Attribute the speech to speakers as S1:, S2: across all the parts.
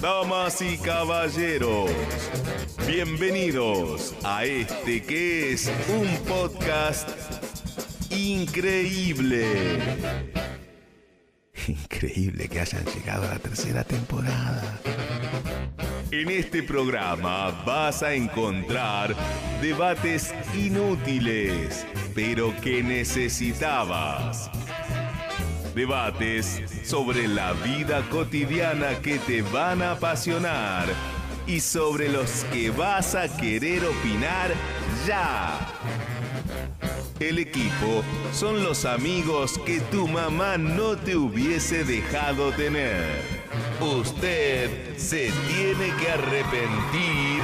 S1: Damas y caballeros, bienvenidos a este que es un podcast increíble.
S2: Increíble que hayan llegado a la tercera temporada.
S1: En este programa vas a encontrar debates inútiles, pero que necesitabas. Debates sobre la vida cotidiana que te van a apasionar y sobre los que vas a querer opinar ya. El equipo son los amigos que tu mamá no te hubiese dejado tener. Usted se tiene que arrepentir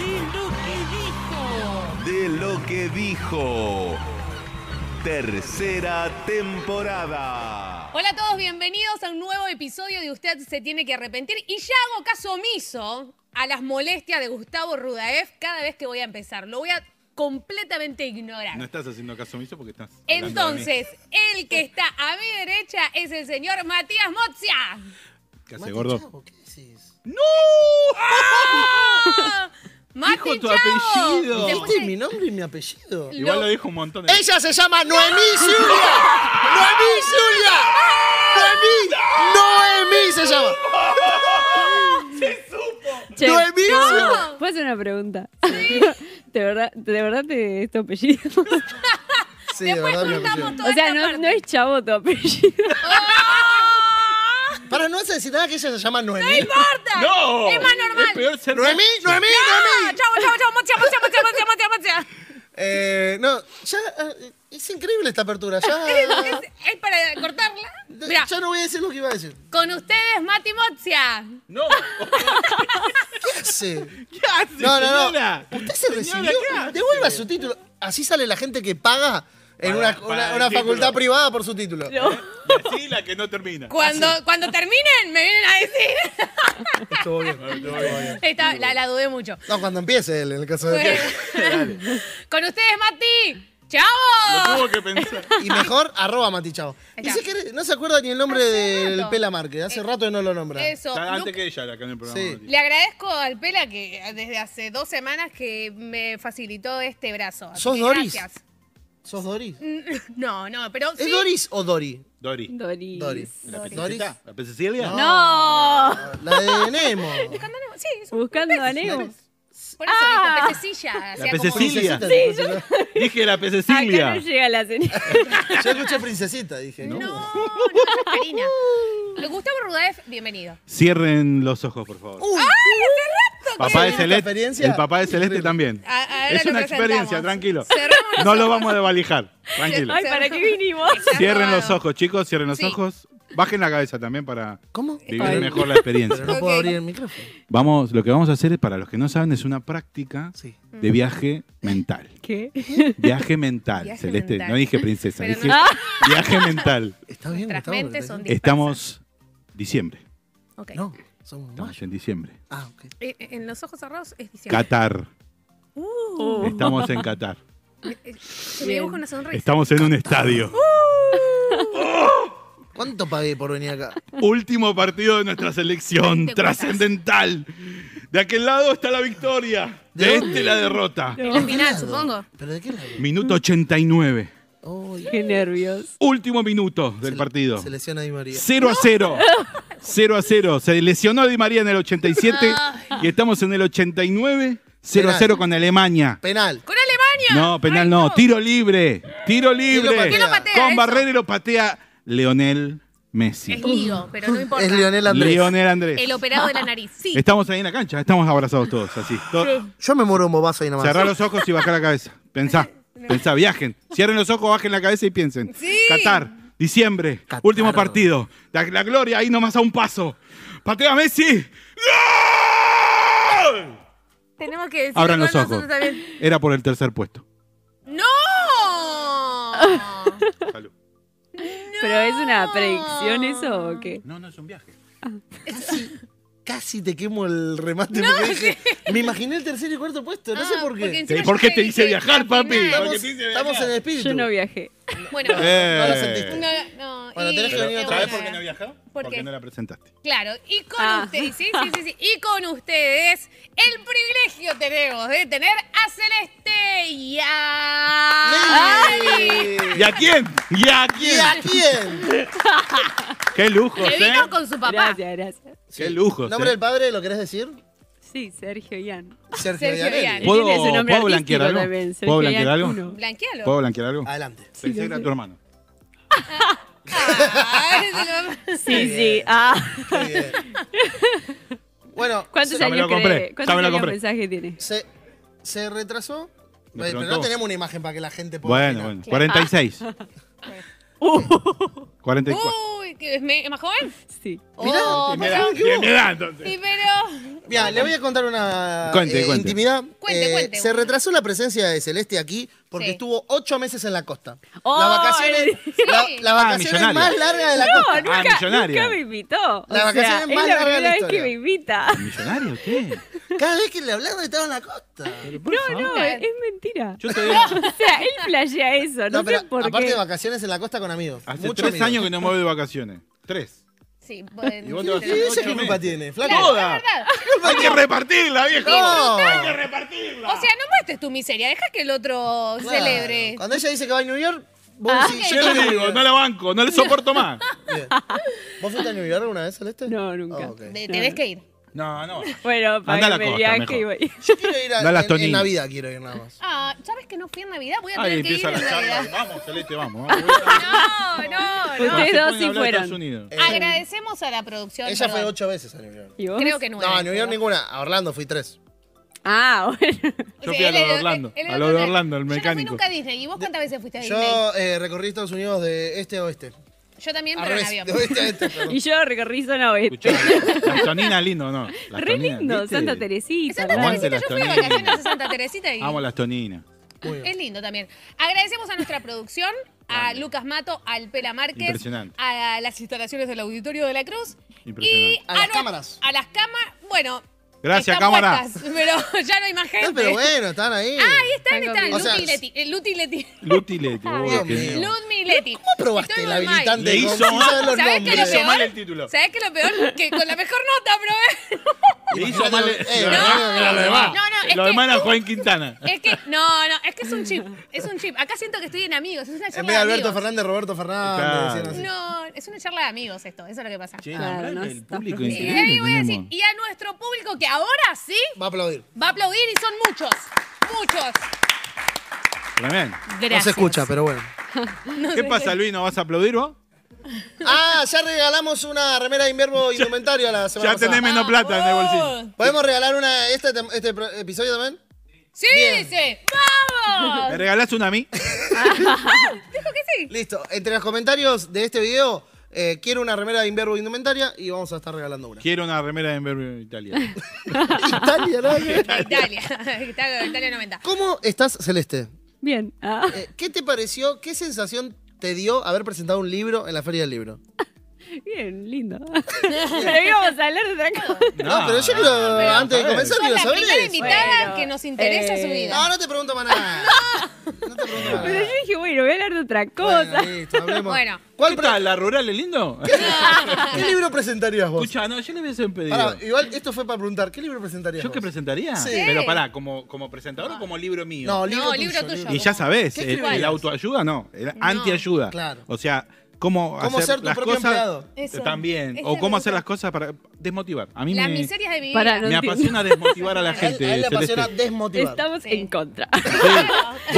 S3: Y lo que dijo.
S1: de lo que dijo. Tercera temporada.
S3: Hola a todos, bienvenidos a un nuevo episodio de Usted se tiene que arrepentir. Y ya hago caso omiso a las molestias de Gustavo Rudaev cada vez que voy a empezar. Lo voy a completamente ignorar.
S4: No estás haciendo caso omiso porque estás. hablando de mí.
S3: Entonces, el que está a mi derecha es el señor Matías Mozia.
S4: ¿Qué hace, gordo?
S5: ¿Qué decís?
S3: ¡Ah! ¡Mati
S4: Dijo tu
S3: Chao!
S4: apellido.
S3: Te
S4: No.
S5: Este
S3: puse-
S5: es mi nombre y mi apellido.
S4: Igual
S3: Lo-
S4: lo dijo un montón de.
S5: Ella se llama Noemí Zulia. Noemí Zulia. Noemí. Noemí se llama.
S6: Che,
S5: Noemí Zulia.
S6: ¿Puedo hacer una pregunta? ¿De verdad, de verdad te, es tu apellido?
S5: Sí, de
S3: Después
S5: verdad mi apellido.
S3: cortamos toda
S6: o sea,
S3: esta
S6: no,
S3: parte.
S6: no es chavo tu apellido.
S3: ¡Ah!
S5: Para no necesitar que ella se llama
S3: ¡No
S5: Noemí.
S3: importa!
S4: ¡No!
S3: Es más normal.
S4: Es peor ser.
S5: Noemí, Noemí,
S3: ¡Ah!
S5: Noemí.
S3: ¡Chau, chau, chau! ¡Mochia, mochia, mochia, mochia, mochia, mochia!
S5: Eh, no, ya eh, es increíble esta apertura. Ya,
S3: Es, es para cortarla. Mira,
S5: ya no voy a decir lo que iba a decir.
S3: con ustedes, Mati Mochia.
S4: ¡No!
S5: ¿Qué hace?
S4: ¿Qué hace,
S5: No, no,
S4: señora?
S5: no. Usted se
S4: Señora,
S5: recibió.
S4: ¿qué hace?
S5: Devuelva su título. Así sale la gente que paga en
S4: Para-
S5: una,
S4: para
S5: una-
S4: el
S5: una
S4: título.
S5: facultad privada por su título.
S4: Y así la que no termina.
S3: Cuando, cuando terminen, me vienen a decir.
S5: Estuvo bien.
S3: Esta- la, la dudé mucho.
S5: No, cuando empiece él, en el caso de que.
S3: con ustedes, Mati.
S4: Lo
S3: ¡Chao!
S4: tuvo que pensar.
S5: Y mejor, arroba matichao. Y
S3: Está.
S5: si querés, no se acuerda ni el nombre del
S3: rato. Eh,
S5: Pela Márquez. Hace rato que no lo nombra.
S3: Eso.
S4: Está
S3: Lu-
S4: Antes que ella, la que en el programa.
S5: Sí.
S4: Mati.
S3: Le agradezco al Pela que desde hace dos semanas que me facilitó este brazo. Así
S5: ¿Sos
S3: que
S5: Doris?
S3: Gracias.
S5: ¿Sos Doris?
S3: No, no, pero Mm, sí.
S5: ¿Es Doris o Dori?
S4: Dori.
S6: Doris.
S5: Doris.
S4: ¿La
S5: Doris.
S4: princesita? ¿La princesilia?
S5: No.
S6: ¡No!
S5: La de Nemo.
S3: Buscando a Nemo. Sí, es un
S6: Buscando a Nemo.
S3: pez. Por eso
S6: Ah.
S3: dijo pececilla. hacía como-
S4: pececilla. Silvia.
S5: Princesita, dije, yo...
S4: Dije la
S6: Acá
S4: princesilia.
S6: no llega la señal.
S5: escuché princesita, dije.
S3: No,
S5: No.
S3: no, Karina. Gustavo Rudaev, bienvenido.
S4: Cierren los ojos, por favor.
S5: Uy,
S4: Papá de
S5: ¿Esta
S4: Celeste.
S5: experiencia?
S4: El papá de Celeste también.
S3: A- ahora
S4: Es
S3: lo
S4: una
S3: presentamos.
S4: experiencia, tranquilo.
S3: Cerramos los
S4: No lo
S3: ojos.
S4: vamos a devalijar. Tranquilo.
S6: Ay, ¿para qué vinimos?
S3: Está
S4: Cierren
S3: robado.
S4: los ojos, chicos, cierren los
S3: Sí.
S4: ojos. Bajen la cabeza también para
S5: ¿Cómo?
S4: vivir
S6: Ay.
S4: mejor la experiencia.
S5: Pero no puedo
S3: Ok.
S5: abrir el micrófono.
S4: Vamos, lo que vamos a hacer es, para los que no saben, es una práctica
S5: Sí.
S3: Mm.
S4: de viaje mental.
S6: ¿Qué?
S4: Viaje mental,
S3: Viaje
S4: Celeste.
S3: mental.
S4: No dije princesa,
S3: Pero
S4: dije
S3: no-
S4: viaje mental.
S5: ¿Está bien,
S3: Nuestras
S5: Gustavo?
S3: mentes son dispersas.
S4: Estamos diciembre.
S3: Ok.
S5: No, somos
S4: Estamos
S5: mayas.
S4: en diciembre.
S5: Ah, ok.
S3: Eh, eh, En los ojos cerrados es diciembre.
S4: Qatar.
S3: Uh,
S4: Estamos en Qatar.
S3: Eh, se me dibuja una sonrisa.
S4: Estamos en un estadio.
S5: ¿Cuánto pagué por venir acá?
S4: Último partido de nuestra selección.
S3: Uh. Te cuentas.
S4: Trascendental. De aquel lado está la victoria. De este la derrota.
S3: En la final, supongo.
S5: ¿Pero de qué lado?
S4: Minuto 89.
S5: Uy,
S6: Qué nervios.
S4: Último minuto del partido.
S5: Se lesiona Di María.
S4: 0 a 0. 0 a 0. Se lesionó Di María en el 87 y estamos en el 89. 0 a
S5: Penal.
S4: 0 con Alemania.
S5: Penal.
S3: ¡Con Alemania!
S4: No, penal
S3: Ay,
S4: no. Tiro libre. Tiro
S5: ¿Quién lo
S4: libre.
S5: patea? ¿Quién lo
S3: patea
S4: Con
S3: eso?
S4: barrera y lo patea Leonel
S3: Es
S4: Messi.
S3: lío, pero no importa.
S5: Es Lionel Andrés.
S4: Leonel Andrés.
S3: El operado de
S4: Ah.
S3: la nariz. Sí.
S4: Estamos ahí en la cancha. Estamos abrazados todos así. To-
S5: Yo me muero un bobazo ahí nomás.
S4: Cerrá los ojos y bajá la cabeza. Pensá. Pensá, viajen. Cierren los ojos, bajen la cabeza y piensen.
S3: Sí.
S4: Qatar, diciembre,
S5: Qatar.
S4: último partido. La, la gloria ahí nomás a un paso. Patea Messi. ¡Gol!
S3: Tenemos que decir
S4: Abran los ojos.
S3: nosotros también.
S4: Era por el tercer puesto.
S3: ¡No!
S6: ¿Pero es una predicción eso o qué?
S4: No, no es un viaje.
S5: Casi te quemo el remate porque dije, me imaginé el tercer y cuarto puesto, no sé
S3: Ah,
S5: por
S3: porque
S5: qué.
S3: encima yo
S4: ¿Por qué te hice
S3: dije la
S4: viajar,
S3: final.
S4: papi?
S5: Estamos,
S4: porque te hice
S5: estamos en el espíritu.
S4: Eh.
S6: Yo no viajé.
S3: Bueno,
S5: No lo sentiste.
S3: no, no,
S5: Bueno,
S3: y-
S5: tenés que venir otra
S4: ¿Sabes
S5: vez
S4: por qué no viajó?
S3: ¿Por
S4: Porque
S3: qué?
S4: no la presentaste.
S3: Claro, y con
S6: Ah.
S3: ustedes, sí, sí, sí, sí, y con ustedes, el privilegio tenemos de tener a Celeste y a...
S5: ¡Lili!
S4: ¿Y a quién? ¿Y a
S5: ¿Y
S4: quién?
S5: a quién?
S4: ¡Qué lujo,
S3: Que
S4: eh!
S3: vino con su papá.
S6: Gracias, gracias.
S4: ¡Qué lujo! ¿eh?
S5: ¿Nombre del padre lo querés decir?
S6: Sí, Sergio Ian.
S5: Sergio
S3: Sergio
S5: Vianelli.
S3: Vianelli.
S4: ¿Puedo,
S6: Tiene su nombre
S4: ¿puedo
S6: artístico
S4: blanquear algo?
S6: también, Sergio
S4: ¿Puedo blanquear
S6: Ian
S4: algo?
S6: Uno.
S3: Blanquealo.
S4: ¿Puedo blanquear algo?
S5: Adelante.
S4: Ah, Pensé que era tu hermano.
S3: Ay, se lo-
S6: Sí, sí. Ah.
S5: Muy bien. Bueno,
S6: ¿Cuántos
S4: Ya me lo
S6: años
S4: compré,
S6: cree?
S4: ya
S6: ¿Cuántos
S4: me lo
S6: años
S4: compré.
S6: mensaje tiene?
S5: se, se retrasó.
S4: Me
S5: Pero
S4: preguntó.
S5: no tenemos una imagen para que la gente pueda.
S4: Bueno,
S5: opinar.
S4: bueno. 46.
S6: Uh,
S4: 44.
S3: Uy, que ¿es me- es más joven?
S6: sí.
S5: Mirá,
S3: Oh,
S5: mirá.
S3: más joven.
S5: ¿qué
S4: Tiene
S5: hubo?
S4: mi edad, entonces.
S3: Sí, pero...
S5: Mira, le voy a contar una eh,
S4: Cuente, cuente.
S5: intimidad. Eh,
S3: Cuente, cuente.
S5: Se retrasó la presencia de Celeste aquí porque
S3: Sí.
S5: estuvo ocho meses en la costa.
S6: Oh,
S5: las vacaciones,
S6: sí.
S5: la, las
S4: Ah,
S5: vacaciones
S4: millonario.
S5: más largas de la
S6: No,
S5: costa.
S4: Ah,
S6: nunca,
S4: millonaria.
S6: nunca me invitó. O
S5: La vacación
S6: sea,
S5: más
S6: es
S5: larga
S6: la
S5: de la
S6: primera vez
S5: historia.
S6: que me invita.
S4: ¿Millonario o qué?
S5: Cada vez que le hablaba estaba en la costa.
S4: Pero por
S6: No,
S4: favor.
S6: no, es es mentira.
S4: Yo te digo,
S6: O sea, él flashea eso, no,
S5: No, pero
S6: sé por
S5: aparte
S6: qué.
S5: de vacaciones en la costa con amigos.
S4: hace
S5: Muchos
S4: tres
S5: amigos.
S4: años que no me voy de vacaciones. Tres.
S3: Sí,
S4: Y vos
S3: bueno.
S4: te vas a
S5: ¿Y
S4: hacer
S5: ella
S4: ocho
S5: qué culpa
S4: meses.
S5: tiene?
S3: Claro,
S5: Flaco.
S4: Toda.
S3: es verdad.
S4: Hay que repartirla, viejo.
S5: No.
S4: Hay que repartirla.
S3: O sea, no muestres tu miseria, deja que el otro
S5: Claro.
S3: celebre.
S5: Cuando ella dice que va a New York, vos decís,
S4: yo le digo, no la banco, no la soporto más.
S5: Bien. ¿Vos fuiste a New York alguna vez, Celeste?
S6: No, nunca.
S5: Ah, ok.
S3: De- Tenés que ir.
S4: No, no.
S6: Bueno,
S4: Anda a la
S6: para
S4: costa,
S6: el viaje y
S4: mejor.
S6: voy.
S5: Yo quiero ir a,
S4: Dale a
S5: en, en
S4: Tonini.
S5: Navidad, quiero ir nada más.
S3: Ah, ¿sabes que no fui en Navidad? Voy a tener
S4: Ahí
S3: que ir
S4: empieza
S3: en
S4: la charla.
S3: Navidad.
S4: Vamos, Celeste, vamos. vamos.
S3: No, no, no.
S6: Ustedes
S4: se
S6: dos
S4: pueden
S6: sí
S4: hablar de
S6: fueron.
S4: Estados Unidos.
S5: Eh,
S3: Agradecemos a la producción.
S5: ella fue
S3: perdón.
S5: ocho veces a New York.
S6: ¿Y vos?
S3: Creo que nueve.
S5: No, a New York
S3: pero-
S5: ninguna. A Orlando fui tres.
S6: Ah, bueno.
S4: Yo
S3: Sí,
S4: fui a
S3: él
S4: lo de
S3: es-
S4: Orlando,
S3: él es
S4: a lo de
S3: Orlando.
S4: Orlando, el
S3: Eh, Yo no
S4: mecánico.
S3: fui nunca a Disney. ¿Y vos cuántas veces fuiste a Disney?
S5: Yo eh, recorrí Estados Unidos de este a oeste.
S3: Yo también,
S5: Al
S3: pero en
S5: revés,
S3: avión.
S5: de oeste a este, perdón.
S6: Y yo recorrí zona
S4: Escuchá,
S6: oeste.
S4: la Tonina lindo, ¿no? La
S6: Re
S4: Tonina,
S6: lindo,
S4: ¿viste?
S6: Santa Teresita.
S3: Santa
S6: ¿verdad?
S4: Aguante
S3: Teresita, yo fui de
S4: las toninas.
S3: vacaciones a Santa Teresita y
S4: Amo las Toninas.
S5: Muy bien.
S3: es lindo también. Agradecemos a nuestra producción, a Lucas Mato, al Pela Márquez,
S4: Impresionante.
S3: a las instalaciones del Auditorio de la Cruz y
S4: Impresionante.
S5: A las
S3: nue-
S5: cámaras.
S3: A las cámaras, bueno.
S4: Gracias,
S3: están
S4: cámara.
S3: muertas, pero ya no hay más gente. Ah,
S5: No, pero bueno, están ahí.
S3: Ahí están,
S6: Tengo
S3: están.
S6: miedo.
S5: O sea,
S3: Luti y Leti. eh, Luti y Leti.
S4: Luti Leti, uy,
S5: Dios
S4: qué
S5: mío.
S4: lindo.
S3: Ludmi y Leti.
S5: ¿Cómo probaste
S3: Estoy
S5: el
S3: muy mal.
S5: habilitante?
S4: Le
S5: con-
S4: hizo
S5: sin saber los
S4: mal.
S3: ¿Sabés que
S5: nombres?
S3: lo
S4: Le hizo mal
S3: peor?
S4: el título.
S3: ¿Sabés que lo peor? Que con la mejor nota, probé.
S4: Le hizo mal el-
S5: Eh,
S4: lo
S5: no,
S4: demás era lo demás.
S3: no, no, es
S4: Lo
S3: que-
S4: demás era Juan Quintana.
S3: Es que, no, no, es que es un chip. Es un chip. Acá siento que estoy en amigos. Es una
S5: En
S3: charla
S5: vez de
S3: de
S5: Alberto
S3: amigos.
S5: Fernández, Roberto
S4: Claro.
S5: Fernández. decían así.
S3: No, es una charla de amigos esto. Eso es lo que pasa.
S4: Che,
S6: Claro,
S4: nombrame
S6: no
S4: el
S6: está
S4: público
S6: perfecto.
S3: Y ahí voy a decir,
S4: increíble.
S3: y a nuestro público que ahora sí
S5: Va a aplaudir.
S3: va a aplaudir y son muchos. Muchos.
S4: Tremendo.
S3: Gracias.
S5: No se escucha, pero bueno.
S4: ¿Qué pasa, Luis? ¿No vas a aplaudir vos?
S5: Ah, ya regalamos una remera de Inverbo indumentario la semana
S4: Ya
S5: pasada.
S4: tenés menos plata en el bolsillo.
S3: Oh.
S5: ¿Podemos regalar una este, tem- este pro- episodio también?
S3: Sí,
S5: Bien.
S3: dice.
S4: ¿Me
S3: ¡Vamos!
S4: regalás una a mí?
S3: Dijo que sí.
S5: Listo. Entre los comentarios de este video, eh, quiero una remera de Inverbo indumentaria y vamos a estar regalando una.
S4: Quiero una remera de Inverno Italia.
S5: Italia, ¿no?
S3: Italia. Italia, Italia 90.
S5: ¿Cómo estás, Celeste?
S6: Bien. Ah,
S5: Eh, ¿Qué te pareció? ¿Qué sensación te dio haber presentado un libro en la Feria del Libro?
S6: bien, lindo. Pero íbamos a hablar de otra cosa.
S5: No, pero yo quiero, antes de
S4: a ver.
S5: comenzar,
S3: Sos
S5: quiero
S3: la
S5: saber
S3: primera
S5: eso.
S3: invitada
S6: Bueno,
S3: que nos interesa
S6: eh,
S3: su vida.
S5: No, no te pregunto más nada. No, te pregunto más
S6: Pero yo
S5: nada.
S6: dije, bueno, voy a hablar de otra cosa.
S5: Bueno, listo, hablemos.
S3: Bueno.
S5: ¿Cuál
S4: ¿Qué
S5: pre-
S4: tal? ¿La rural es lindo?
S5: ¿Qué libro presentarías vos?
S4: Escucha, no, yo le voy a hacer un pedido.
S5: Pará, igual esto fue para preguntar, ¿qué libro presentarías
S4: ¿Yo qué
S5: vos?
S4: presentaría?
S5: Sí.
S4: Pero pará, ¿como, como presentador o como libro mío?
S5: No,
S3: No,
S5: libro tuyo.
S3: libro tuyo.
S4: Y ya sabés,
S5: ¿Qué
S4: el,
S5: escribías?
S4: el autoayuda no, el antiayuda.
S5: Claro.
S4: O sea, cómo,
S5: ¿Cómo
S4: hacer
S5: ser tu
S4: las
S5: propio
S4: cosas eh,
S5: empleado?
S3: Eso.
S4: también.
S3: Esa
S4: O cómo
S3: me
S4: hacer
S3: gusta.
S4: las cosas para desmotivar. A mí
S3: Las
S4: me,
S3: miserias de mi vida.
S6: Pará, no
S4: me
S6: entiendo.
S4: apasiona desmotivar a la
S5: A él,
S4: gente.
S5: a él le
S4: Celeste.
S5: apasiona desmotivar.
S6: Estamos en contra.
S4: Sí.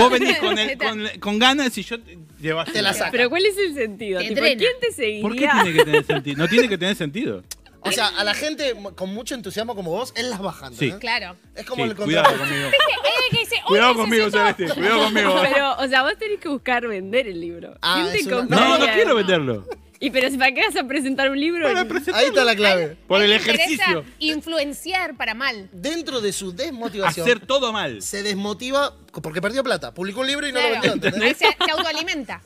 S4: Vos venís con, el- con- con ganas y yo te te vas
S5: Te la saco.
S6: Pero ¿cuál es el sentido?
S3: Te
S6: Tipo,
S3: drena.
S6: ¿Quién te seguiría?
S4: ¿Por qué tiene que tener sentido? No tiene que tener sentido.
S5: O sea, a la gente mo- con mucho entusiasmo como vos, él las bajando.
S4: Sí.
S5: ¿eh?
S3: Claro.
S5: Es como
S4: Sí,
S5: el
S4: cuidado
S5: contrato.
S4: conmigo.
S3: Eh, que dice, "Hoy
S4: Cuidado conmigo,
S3: necesito-"
S4: Celeste. Cuidado conmigo.
S6: Pero, o sea, vos tenés que buscar vender el libro.
S5: Ah,
S6: ¿Quién
S5: es
S6: te
S5: una-
S4: No,
S6: compraría?
S4: no quiero venderlo.
S6: Y pero si para qué vas a presentar un libro.
S4: Para
S6: Y-
S5: Ahí
S4: presentarlo.
S5: está la clave.
S4: Por el
S3: Me interesa
S4: ejercicio.
S3: Influenciar para mal.
S5: Dentro de su desmotivación,
S4: Hacer todo mal.
S5: se desmotiva porque perdió plata. Publicó un libro y no
S3: Claro.
S5: lo vendió. ¿entendés?
S3: Ahí se, se autoalimenta.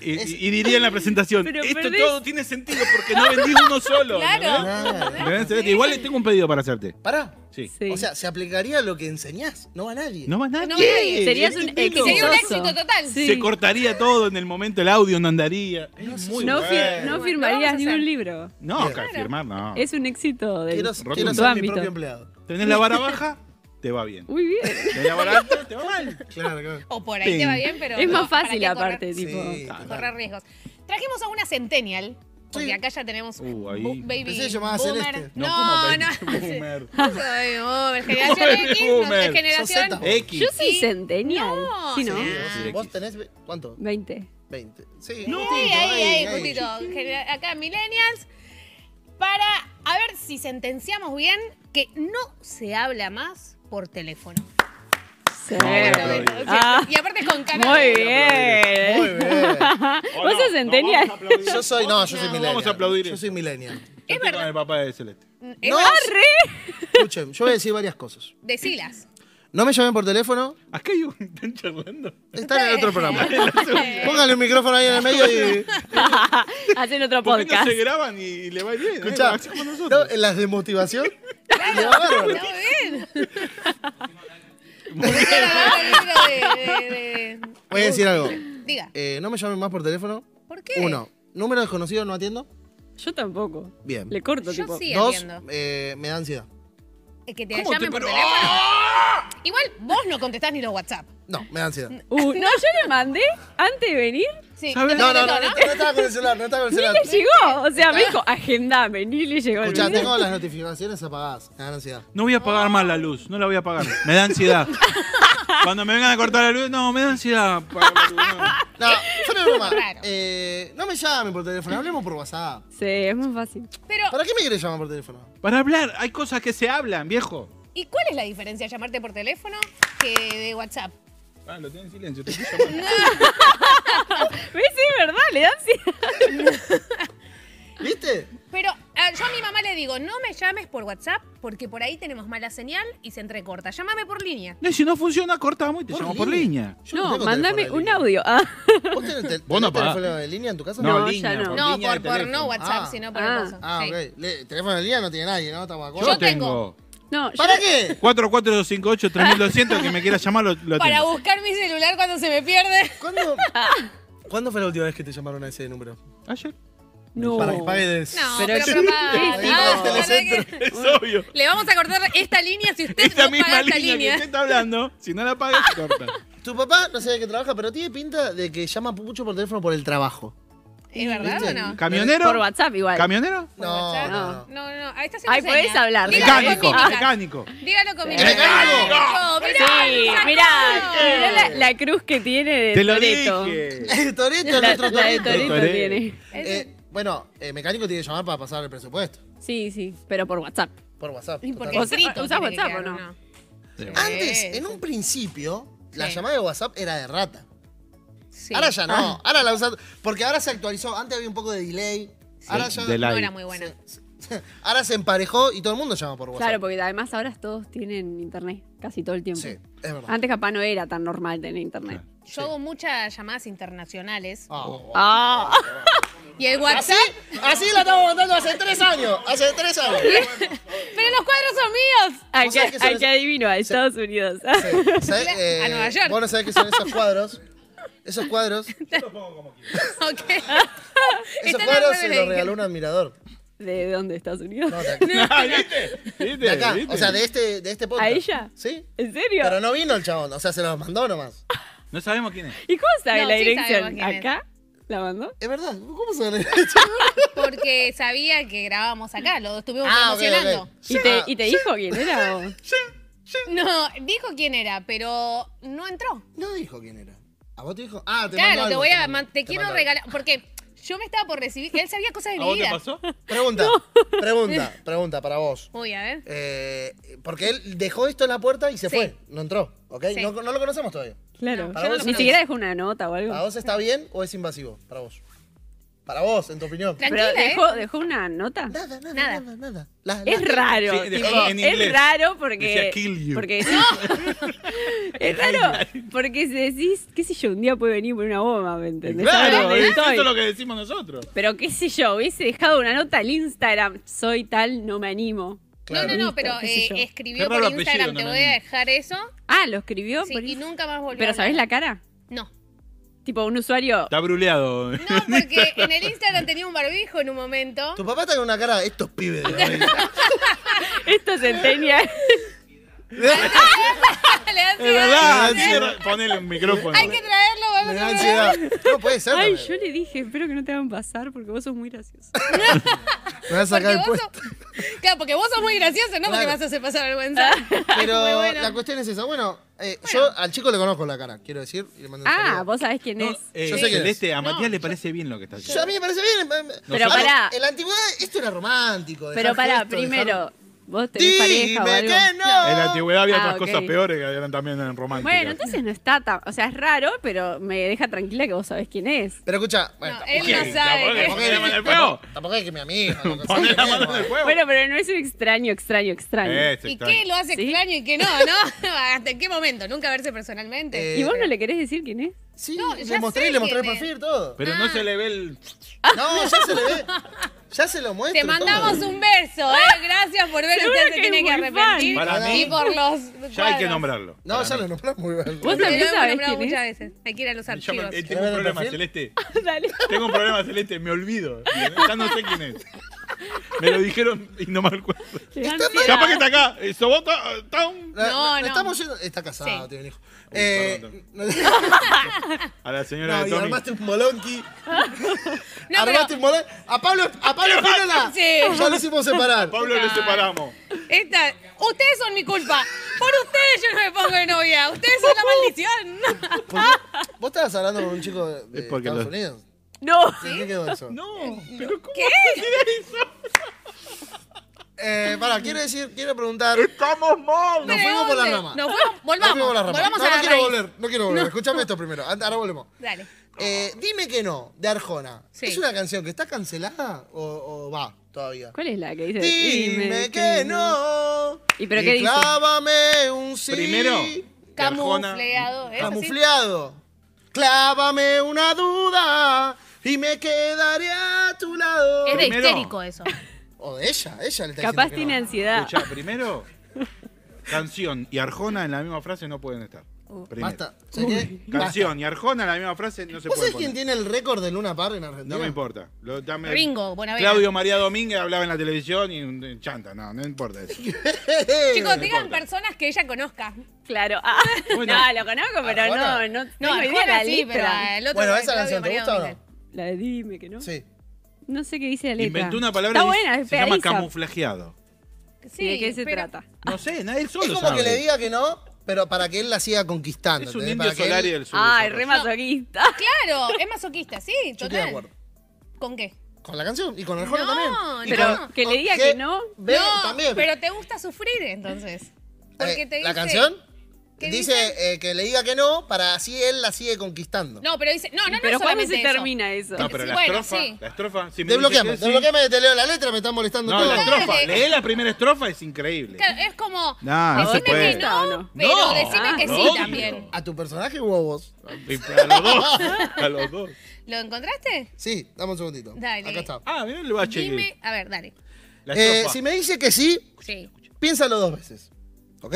S4: y, y diría en la presentación,
S6: Pero
S4: esto
S6: perdés-
S4: todo tiene sentido porque no vendí uno solo.
S3: Claro.
S5: Nada.
S4: ¿Entendés? ¿Entendés? Igual le tengo un pedido para hacerte.
S5: Pará.
S4: Sí.
S6: Sí.
S5: O sea, se aplicaría lo que enseñás. No va nadie.
S4: No más nada.
S3: No,
S6: Serías un
S3: que sería un
S6: exitoso.
S3: éxito total.
S6: Sí.
S4: Se cortaría todo en el momento, el audio no andaría. Es muy bueno.
S6: No, fir- no
S3: Bueno, vamos a
S6: firmarías ni
S3: hacer.
S6: un libro.
S4: No, acá firmar, no.
S6: Es un éxito. Del...
S5: Quiero,
S4: Rotundo.
S5: quiero ser mi
S6: Ámbito.
S5: propio empleado.
S4: Tenés la vara baja, te va bien.
S6: Muy bien.
S4: Tenés la vara alta, te va mal.
S5: Claro, claro.
S3: O por ahí te va bien, pero.
S6: Es
S3: no,
S6: más
S3: ¿para
S6: fácil
S3: qué correr-
S6: aparte,
S5: Sí,
S6: tipo.
S5: total.
S3: Correr riesgos. Trajimos a una Centennial. Porque
S5: Sí.
S3: acá ya tenemos
S4: Uh, ahí.
S3: bu- baby
S5: Pensé que llamaba
S3: boomer.
S5: Celeste.
S3: No,
S4: No,
S3: no.
S4: ¿cómo
S3: sí.
S4: baby boomer?
S3: No soy baby boomer. Generación
S4: Baby
S3: X, no
S4: boomer.
S3: soy generación.
S5: Sos Z.
S4: X.
S6: Yo soy
S3: Sí.
S6: centennial.
S3: No,
S6: Sí, ¿no?
S3: sí.
S5: Sí, Vos tenés. ve- ¿Cuánto?
S6: 20.
S5: 20. Sí,
S3: Sí,
S5: justito,
S3: ahí, ahí, justito. Genera- Acá millennials. Para a ver si sentenciamos bien que no se habla más por teléfono.
S6: Sí.
S4: bueno,
S3: Bueno,
S4: pero-
S3: o sea,
S6: Ah,
S3: y aparte con cara
S6: muy
S3: de-
S6: bien.
S5: Muy bien.
S4: Oh,
S6: Vos sos centennial.
S5: Yo soy. No, yo soy
S3: No.
S5: millennial.
S4: Vamos a aplaudir.
S5: Yo soy millennial.
S4: Es
S3: verdad.
S4: el papá de Celeste.
S3: Es
S5: No,
S3: verdad,
S5: Escuchen, yo voy a decir varias cosas.
S3: decilas.
S5: No me llamen por teléfono.
S4: Acá hay un... Están charlando.
S5: Están en el otro programa. Póngale un micrófono ahí en el medio y.
S6: Hacen otro
S4: ¿Por qué no
S6: podcast.
S4: se graban y, y le va bien?
S5: Escuchá,
S4: Así como nosotros.
S5: no, en las de motivación. le va bárbaro.
S3: Está bien. Decila, de- de- de- de-
S5: Voy a decir algo.
S3: Diga,
S5: Eh, no me llamen más por teléfono.
S3: ¿por qué?
S5: Uno, número desconocido no atiendo.
S6: Yo tampoco.
S5: Bien.
S6: Le corto,
S3: Yo
S6: tipo.
S3: sí
S5: Dos,
S3: atiendo.
S5: eh, me da ansiedad.
S3: Es que te
S4: ¿Cómo
S3: llamen
S4: te-
S3: por
S4: pero-
S3: teléfono.
S5: ¡Ah!
S3: Igual vos no contestás ni los WhatsApp.
S5: No, me da ansiedad.
S6: Uh, no, yo le mandé antes de venir.
S3: Sí.
S4: ¿Sabes?
S5: No, no, no, no,
S3: contestó,
S5: no estaba con el celular, no estaba con el
S6: Ni
S5: celular.
S6: le llegó. O sea, me dijo, agendame. Ni le llegó el
S5: Escuchá,
S6: video.
S5: tengo las notificaciones apagadas. Me dan ansiedad.
S4: No voy a apagar más la luz, no la voy a apagar. Me da ansiedad. Cuando me vengan a cortar la luz, no, me da ansiedad.
S5: No, yo no broma.
S3: Claro.
S5: Eh, no me llamen por teléfono, hablemos por WhatsApp.
S6: Sí, es muy fácil.
S3: Pero,
S5: ¿Para qué me querés llamar por teléfono?
S4: Para hablar, hay cosas que se hablan, viejo.
S3: ¿y cuál es la diferencia de llamarte por teléfono que de WhatsApp?
S4: Ah, lo tienen en silencio. Te
S6: ¿Ves? Sí, es verdad, le dan ansiedad.
S5: ¿Viste?
S3: Pero a- yo a mi mamá le digo, no me llames por WhatsApp porque por ahí tenemos mala señal y se entrecorta. Llámame por línea.
S4: no, y si no funciona, cortamos y te llamamos por línea.
S5: Yo
S6: No,
S5: tengo
S6: mandame
S5: teléfono de
S6: un
S5: línea.
S6: audio. Ah,
S5: ¿Vos tenés, tel-
S4: Vos no
S5: tenés
S4: pagás.
S5: teléfono de línea en tu casa?
S6: No, ya no.
S3: No,
S4: línea de
S3: por, por no
S4: teléfono.
S3: WhatsApp,
S5: Ah.
S3: sino por
S6: Ah.
S3: el coso.
S5: Ah,
S3: Sí.
S5: ok. Le- teléfono de línea no tiene nadie, ¿no? Estamos de
S4: Yo,
S5: acuerdo.
S3: Yo tengo.
S4: tengo.
S6: No, yo.
S5: ¿Para qué?
S4: 44258-3200, que me quiera llamar, lo, lo
S3: Para
S4: atiendo.
S3: buscar mi celular cuando se me pierde.
S5: ¿Cuándo, ¿Cuándo fue la última vez que te llamaron a ese número?
S4: Ayer.
S6: No.
S5: Para que pagues.
S3: No,
S6: Pero
S3: pero,
S6: sí.
S3: papá,
S6: Sí,
S3: ah,
S5: no.
S3: la verdad que-
S4: Es obvio.
S3: Le vamos a cortar esta línea si usted
S4: Esta
S3: no paga
S4: misma
S3: esta
S4: línea,
S3: línea.
S4: que usted está hablando, si no la paga, se corta.
S5: Tu papá, no sé de qué trabaja, pero tiene pinta de que llama mucho por teléfono por el trabajo.
S3: ¿Es verdad
S5: ¿Viste?
S3: o no?
S4: ¿Camionero?
S6: Por WhatsApp igual.
S4: ¿Camionero?
S3: ¿Por
S5: No,
S3: WhatsApp?
S5: no,
S3: no.
S5: no.
S3: no, ahí está haciendo
S6: Ahí podés
S3: señas.
S6: hablar.
S3: Dígalo con
S4: Mecánico,
S3: mímica.
S4: mecánico.
S3: Dígalo con mi
S5: ¡Mecánico!
S6: Sí, mirá, mirá la, la cruz que tiene de
S4: Te lo
S6: Toretto.
S4: dije.
S5: El Toreto,
S6: La,
S5: el otro
S6: la de
S5: Toreto.
S6: Toretto
S4: Toretto.
S6: tiene.
S5: Eh, bueno, eh, mecánico tiene que llamar para pasar el presupuesto.
S6: Sí, sí, pero por WhatsApp.
S5: Por WhatsApp.
S3: Y porque
S5: totalmente.
S6: Usa-
S3: escrito
S6: usa
S3: tiene que
S6: WhatsApp,
S3: quedar,
S6: ¿o no?
S5: Antes,
S3: Sí,
S5: en un principio, la
S3: Sí.
S5: llamada de WhatsApp era de rata.
S3: Sí. Ah.
S5: Ahora ya no. Ahora la usas. Porque ahora se actualizó. Antes había un poco de delay. ahora ya.
S4: de la-
S3: No era muy buena.
S5: Ahora se emparejó y todo el mundo llama por WhatsApp.
S6: Claro, porque además ahora todos tienen internet casi todo el tiempo.
S5: Sí, es verdad.
S6: Antes capaz no era tan normal tener internet.
S3: Yo hago muchas llamadas internacionales.
S5: Ah.
S6: Ah,
S3: Y el WhatsApp.
S5: Así, así la estamos contando hace tres años. Hace tres años.
S3: Pero los cuadros son míos.
S6: hay
S5: Vos
S6: que,
S5: sabés que eso
S6: hay
S5: es-
S6: que ah, adivino a Estados Unidos.
S5: ¿Sabés,
S3: A Nueva York.
S5: eh, Vos no sabés qué son esos cuadros. Esos cuadros.
S3: Ok.
S5: Esos
S3: Están
S5: cuadros
S3: al
S5: se
S3: revés.
S5: los regaló un admirador.
S6: ¿De dónde Estados Unidos?
S5: No, de acá.
S4: ¿Viste?
S5: De acá,
S4: ¿Viste?
S5: o sea, de este, de este podcast.
S6: ¿A ella?
S5: Sí.
S6: ¿En serio?
S5: Pero no vino el chabón, o sea, se los mandó nomás.
S4: No sabemos quién es.
S6: ¿Y cómo sabe
S3: No,
S6: la
S3: sí
S6: dirección?
S3: sabemos quién es.
S6: ¿Acá? ¿La mandó?
S5: Es verdad, ¿cómo se van a
S3: Porque sabía que grabábamos acá, lo estuvimos
S5: Ah, ok,
S3: promocionando.
S5: ok.
S6: ¿Y te, y te dijo quién era? o?
S3: No, dijo quién era, pero no entró.
S5: No dijo quién era. ¿A vos te dijo? Ah, te mandó
S3: Claro, te
S5: algo,
S3: voy a.
S5: mandó-
S3: man- Te quiero
S5: mandó
S3: regalar. Porque yo me estaba por recibir. Él sabía cosas de
S4: ¿A
S3: mi
S4: vos te
S3: vida.
S4: pasó?
S5: algo. Pregunta, pregunta, pregunta para vos.
S3: Voy a ver.
S5: Eh, porque él dejó esto en la puerta y se
S3: Sí.
S5: fue, no entró, ¿ok?
S3: Sí.
S5: No, no lo conocemos todavía.
S6: Claro.
S5: Para vos
S6: Ni
S5: es-
S6: siquiera dejó una nota o algo.
S5: ¿A vos está bien o es invasivo para vos? Para vos, en tu opinión.
S3: Tranquila,
S6: Pero
S3: ¿eh?
S6: dejó, dejó una nota.
S5: Nada, nada,
S3: Nada.
S5: nada, nada. La- la-
S6: Es raro.
S4: Sí, dejó
S6: tipo,
S4: en
S6: es
S4: inglés.
S6: raro porque.
S4: Decía, "Kill you".
S6: Porque es raro porque si decís, qué sé yo, un día puede venir por una bomba, ¿me entendés?
S4: Claro,
S6: ¿Dónde
S4: es-
S6: estoy?
S4: esto es lo que decimos nosotros.
S6: Pero qué sé yo, hubiese dejado una nota al Instagram, soy tal, no me animo.
S5: Claro.
S3: No, no, no,
S6: Listo,
S3: pero
S6: qué sé
S3: eh,
S6: yo.
S3: escribió
S4: Qué
S3: por
S4: raro
S3: Instagram,
S4: apellido,
S3: te
S4: no,
S3: voy a
S4: no.
S3: dejar eso.
S6: Ah, lo escribió.
S3: Sí,
S6: por
S3: y
S6: Insta-
S3: nunca más volvió. a
S6: Pero
S3: hablar.
S6: ¿sabés la cara?
S3: No.
S6: Tipo un usuario.
S4: Está bruleado.
S3: No, porque en el Instagram tenía un barbijo en un momento.
S5: Tu papá está con una cara, estos pibes de hoy.
S6: Esto se enseña.
S3: Le da
S4: Es
S3: ansiedad.
S4: verdad, sí, ponele un micrófono.
S3: Hay que traerlo,
S5: Me
S3: vamos
S5: da
S3: a ver.
S5: ansiedad. No puede ser.
S6: Ay,
S5: también.
S6: yo le dije, espero que no te hagan pasar porque vos sos muy gracioso.
S5: Me vas a sacar
S3: Porque
S5: el
S3: vos,
S5: puesto.
S3: sos... claro, porque vos sos muy gracioso, ¿no? Porque
S5: Claro.
S3: me vas a hacer pasar vergüenza.
S5: Pero
S3: Muy bueno.
S5: la cuestión es esa. Bueno, eh, yo al chico le conozco la cara, quiero decir. y le mando un
S6: Ah,
S5: saludo.
S6: vos sabés quién
S4: No,
S6: es.
S4: eh,
S5: Yo sé que-
S4: Celeste, a Matías le parece bien lo que está
S5: Yo,
S4: haciendo.
S5: a mí me parece bien. em, em,
S6: Pero
S5: vamos,
S6: pará.
S5: En la antigüedad esto era romántico.
S6: Pero
S5: dejar
S6: pará,
S5: gesto, dejar-
S6: primero, vos tenés
S5: Dime
S6: pareja o algo.
S5: que no.
S4: En la antigüedad había
S6: Ah,
S4: otras
S6: ok.
S4: cosas peores que eran también en romántica.
S6: Bueno, entonces no está tan. O sea, es raro, pero me deja tranquila que vos sabés quién es.
S5: Pero escucha, bueno,
S3: No,
S5: tampoco-
S3: él
S4: ¿Qué?
S3: no sabe.
S4: Tampoco-
S3: que-
S4: Poné la mano al fuego.
S5: Tampoco es que mi amigo.
S4: Poné la mano en el fuego.
S6: Bueno, pero no es un extraño, extraño, extraño.
S4: Eh, se
S3: ¿Y
S4: está-
S3: qué lo hace
S6: Sí.
S3: extraño y qué no, no? ¿Hasta en qué momento? ¿Nunca verse personalmente?
S5: Eh,
S6: ¿Y vos no le querés decir quién es?
S5: Sí,
S3: No, ya
S5: le mostré,
S3: sé
S5: le mostré el
S3: quién es.
S5: perfil, todo.
S4: Pero no se le ve el.
S5: No, ya se le ve. Ya se lo muestro.
S3: Te mandamos
S5: todo.
S3: un beso, ¿eh? Gracias por ver.
S6: Seguro
S3: Usted se
S6: que
S3: tiene
S6: es
S3: que
S6: muy fan.
S3: arrepentir.
S4: Para
S3: y
S4: mí,
S3: por los.
S4: ya hay que
S3: cuadros.
S4: nombrarlo.
S5: No, ya lo nombramos muy bien.
S6: Vos
S3: Te lo
S6: también
S3: hemos
S6: sabés
S3: nombrado
S6: quién
S3: muchas
S6: es.
S3: veces. Hay que ir a los
S4: Yo me-
S3: archivos.
S4: eh, tengo un
S5: ¿Querés ver el
S4: problema,
S5: perfil?
S4: Celeste.
S6: Dale.
S4: Tengo un problema, Celeste. Me olvido. Ya no sé quién es. Me lo dijeron y no me acuerdo.
S6: Te da
S4: Capaz que
S6: ansiedad.
S4: está acá. Eh, Sobota. eh, está un-
S5: La-
S3: No,
S5: la-
S3: no.
S5: Estamos yendo. Está casado,
S3: Sí.
S5: tiene un hijo.
S4: perdón,
S5: Eh, no,
S4: A la señora
S5: no,
S4: de
S5: y
S4: Tommy.
S5: armaste un molonqui.
S3: No,
S5: armaste
S3: pero
S5: un molonqui. A Pablo, a Pablo Espínola.
S3: Sí.
S5: Ya lo hicimos separar.
S4: Pablo lo separamos.
S3: esta, ustedes son mi culpa. Por ustedes yo no me pongo de novia. Ustedes son la maldición.
S5: ¿Por qué? ¿Vos estabas hablando con un chico de, de
S4: Es porque
S5: Estados
S4: lo-
S5: Unidos?
S6: No.
S5: ¿Sí? ¿Qué quedó eso?
S4: No, pero ¿cómo
S3: ¿Qué?
S5: Eh, pará, quiero decir, quiero preguntar.
S4: estamos mal?
S5: Nos
S3: ¿Pero
S5: fuimos por la
S3: dónde?
S5: rama.
S3: Nos fuimos-
S5: No
S3: volvamos.
S5: fuimos por la rama.
S3: Volvamos
S5: no,
S3: a
S5: no
S3: la
S5: quiero
S3: raíz.
S5: volver, no quiero volver. Escuchame esto primero. Anda, Ahora volvemos.
S3: Dale.
S5: Eh, dime que no, de Arjona.
S3: Sí.
S5: ¿Es una canción que está cancelada o, o va todavía?
S6: ¿Cuál es la que dice?
S5: Dime, que no.
S6: ¿Y pero qué dice?
S5: Clávame un sí.
S4: Primero, que Arjona-
S3: Camufleado. ¿es así?
S5: Camufleado. Clávame una duda y me quedaré a tu lado.
S3: Era
S4: Primero-
S3: histérico eso.
S5: O de ella, ella le está
S6: Capaz
S5: diciendo.
S6: tiene
S5: que no.
S6: ansiedad.
S4: Escuchá, primero, canción y Arjona en la misma frase no pueden estar. Primero.
S5: Uh, Basta. ¿Sabés qué?
S4: Canción y Arjona en la misma frase no se
S5: ¿Vos
S4: pueden
S5: sabés
S4: poner.
S5: quién tiene el récord de Luna Park en Argentina?
S4: No me importa. Lo- dame-
S3: Ringo, Bonavena.
S4: Claudio María Domínguez hablaba en la televisión y un- chanta. No, no importa eso.
S3: Chicos, digan
S4: importa.
S3: personas que ella conozca.
S6: Claro. Ah,
S4: Bueno.
S6: no, lo conozco, pero
S5: Arjona.
S6: no, no.
S3: No,
S6: tengo idea de
S3: Arjona
S6: la
S3: sí, pero
S6: letra.
S3: el otro.
S5: Bueno,
S3: de
S5: ¿esa
S3: Claudio
S5: canción te
S3: María
S5: gusta o
S3: Domínguez.
S5: no?
S6: La de dime que no.
S5: Sí.
S6: No sé qué dice la letra.
S4: Inventó una palabra
S6: Está
S4: que
S6: buena, es
S4: se llama
S6: pegadiza.
S4: camuflajeado.
S3: Sí,
S6: ¿De qué se
S3: pero-
S6: trata?
S4: No sé, nadie él solo
S5: Es como
S4: sabe.
S5: que le diga que no, pero para que él la siga conquistando.
S4: es un
S5: ¿entendés?
S4: indio
S5: Para que él-
S4: solar y del sur.
S6: Ay,
S4: desarrollo.
S6: re masoquista.
S3: Claro, es masoquista, sí, total.
S5: Yo estoy de acuerdo.
S3: ¿Con qué?
S5: Con la canción y con Arjona
S3: No,
S5: también. Y
S6: pero
S5: con-
S6: que le
S5: con-
S6: diga que no.
S5: Ve,
S3: no,
S5: también.
S3: pero te gusta sufrir entonces. Porque
S5: Eh,
S3: te dice,
S5: ¿La canción?
S3: ¿Qué
S5: Dice,
S3: dice?
S5: eh, que le diga que no, para así él la sigue conquistando.
S3: No, pero dice, no, no, no
S6: pero
S3: es
S6: ¿cuándo
S3: solamente
S6: se
S3: eso.
S6: termina eso?
S4: No, pero la
S3: Bueno,
S4: estrofa.
S3: sí.
S4: La estrofa. Si me
S5: Desbloqueame,
S4: dice que sí-
S5: desbloqueame, te leo la letra, me están molestando
S4: No,
S5: todo.
S4: la estrofa.
S3: Dale.
S4: Leé la primera estrofa, es increíble.
S3: Claro, es como,
S4: No,
S6: ¿A
S4: no
S6: vos
S4: se
S3: decime
S4: puede.
S3: que
S6: ¿O
S3: no,
S6: no?
S3: pero
S4: No,
S3: decime que
S5: Ah,
S4: lo
S3: sí
S4: odio.
S3: también.
S5: ¿A tu personaje hubo vos?
S4: Y A los dos. A los dos.
S3: ¿Lo encontraste?
S5: Sí, dame un segundito.
S3: Dale.
S5: Acá está.
S4: Ah, mirá el bache. que-
S3: Dime, a ver, dale.
S4: La
S5: Eh,
S4: estrofa.
S5: si me dice que sí,
S3: Sí.
S5: piénsalo dos veces. ¿Ok?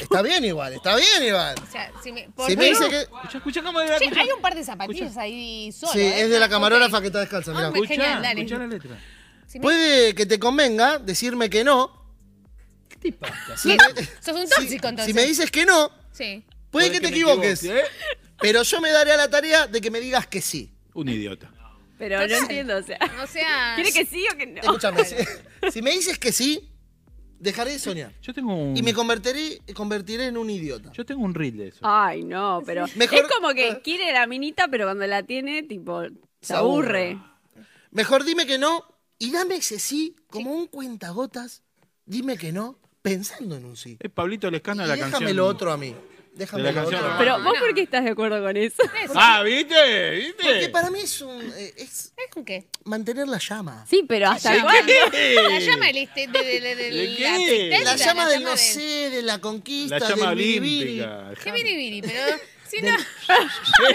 S5: Está bien igual, está bien igual.
S3: O sea, si me, por
S5: Si me
S3: favor.
S5: dice que...
S4: Escuchá, escuchá cómo era.
S3: Che,
S4: escuchá.
S3: hay un par de zapatillas ahí solo.
S5: Sí,
S3: ¿eh?
S5: es de la
S3: Ok.
S5: camarógrafa que está descalza,
S3: Ah,
S5: mirá.
S3: me- Genial,
S4: Escuchá,
S3: dale.
S4: escuchá la letra.
S3: Si me-
S5: Puede que te convenga decirme que no. Si me-
S3: Sos un
S5: si-
S3: tóxico entonces.
S5: Si me dices que no,
S3: Sí.
S5: puede que te
S4: me
S5: equivoques.
S4: equivoque, ¿eh?
S5: Pero yo me daré a la tarea de que me digas que sí.
S4: Un idiota.
S6: Pero no
S3: Total.
S6: entiendo, o sea.
S3: O sea.
S6: ¿Quiere que sí o que no?
S5: Escúchame, si, si me dices que sí, dejaré de soñar.
S4: Yo tengo un.
S5: Y me convertiré, convertiré en un idiota.
S4: Yo tengo un reel de
S3: Ah.
S4: eso.
S6: Ay, no, pero
S5: Mejor- Ah.
S6: es como que quiere la minita, pero cuando la tiene, tipo, se
S5: Se aburre.
S6: aburre.
S5: Mejor dime que no y dame ese sí como un cuentagotas. Dime que no pensando en un sí.
S4: Es Pablito Lescano
S5: Y
S4: de la
S5: déjame
S4: canción.
S5: lo otro a mí. Déjame
S4: De la
S5: la
S4: canción
S5: otra.
S4: no.
S6: Pero vos,
S3: no.
S6: ¿por qué estás de acuerdo con eso?
S4: Ah, ¿viste?
S5: Porque
S4: ¿Viste?
S5: para mí es, un, eh, es
S3: ¿Es con qué?
S5: mantener la llama.
S6: Sí, pero hasta
S3: Llama.
S6: cuándo.
S3: La llama del insti- de, de- de- de-
S4: ¿De
S3: la
S4: qué?
S3: asistencia,
S5: La llama del
S3: llama
S5: no sé, de la conquista,
S4: La llama
S5: del biribiri.
S4: olímpica.
S3: ¿Qué biribiri? Pero, si no,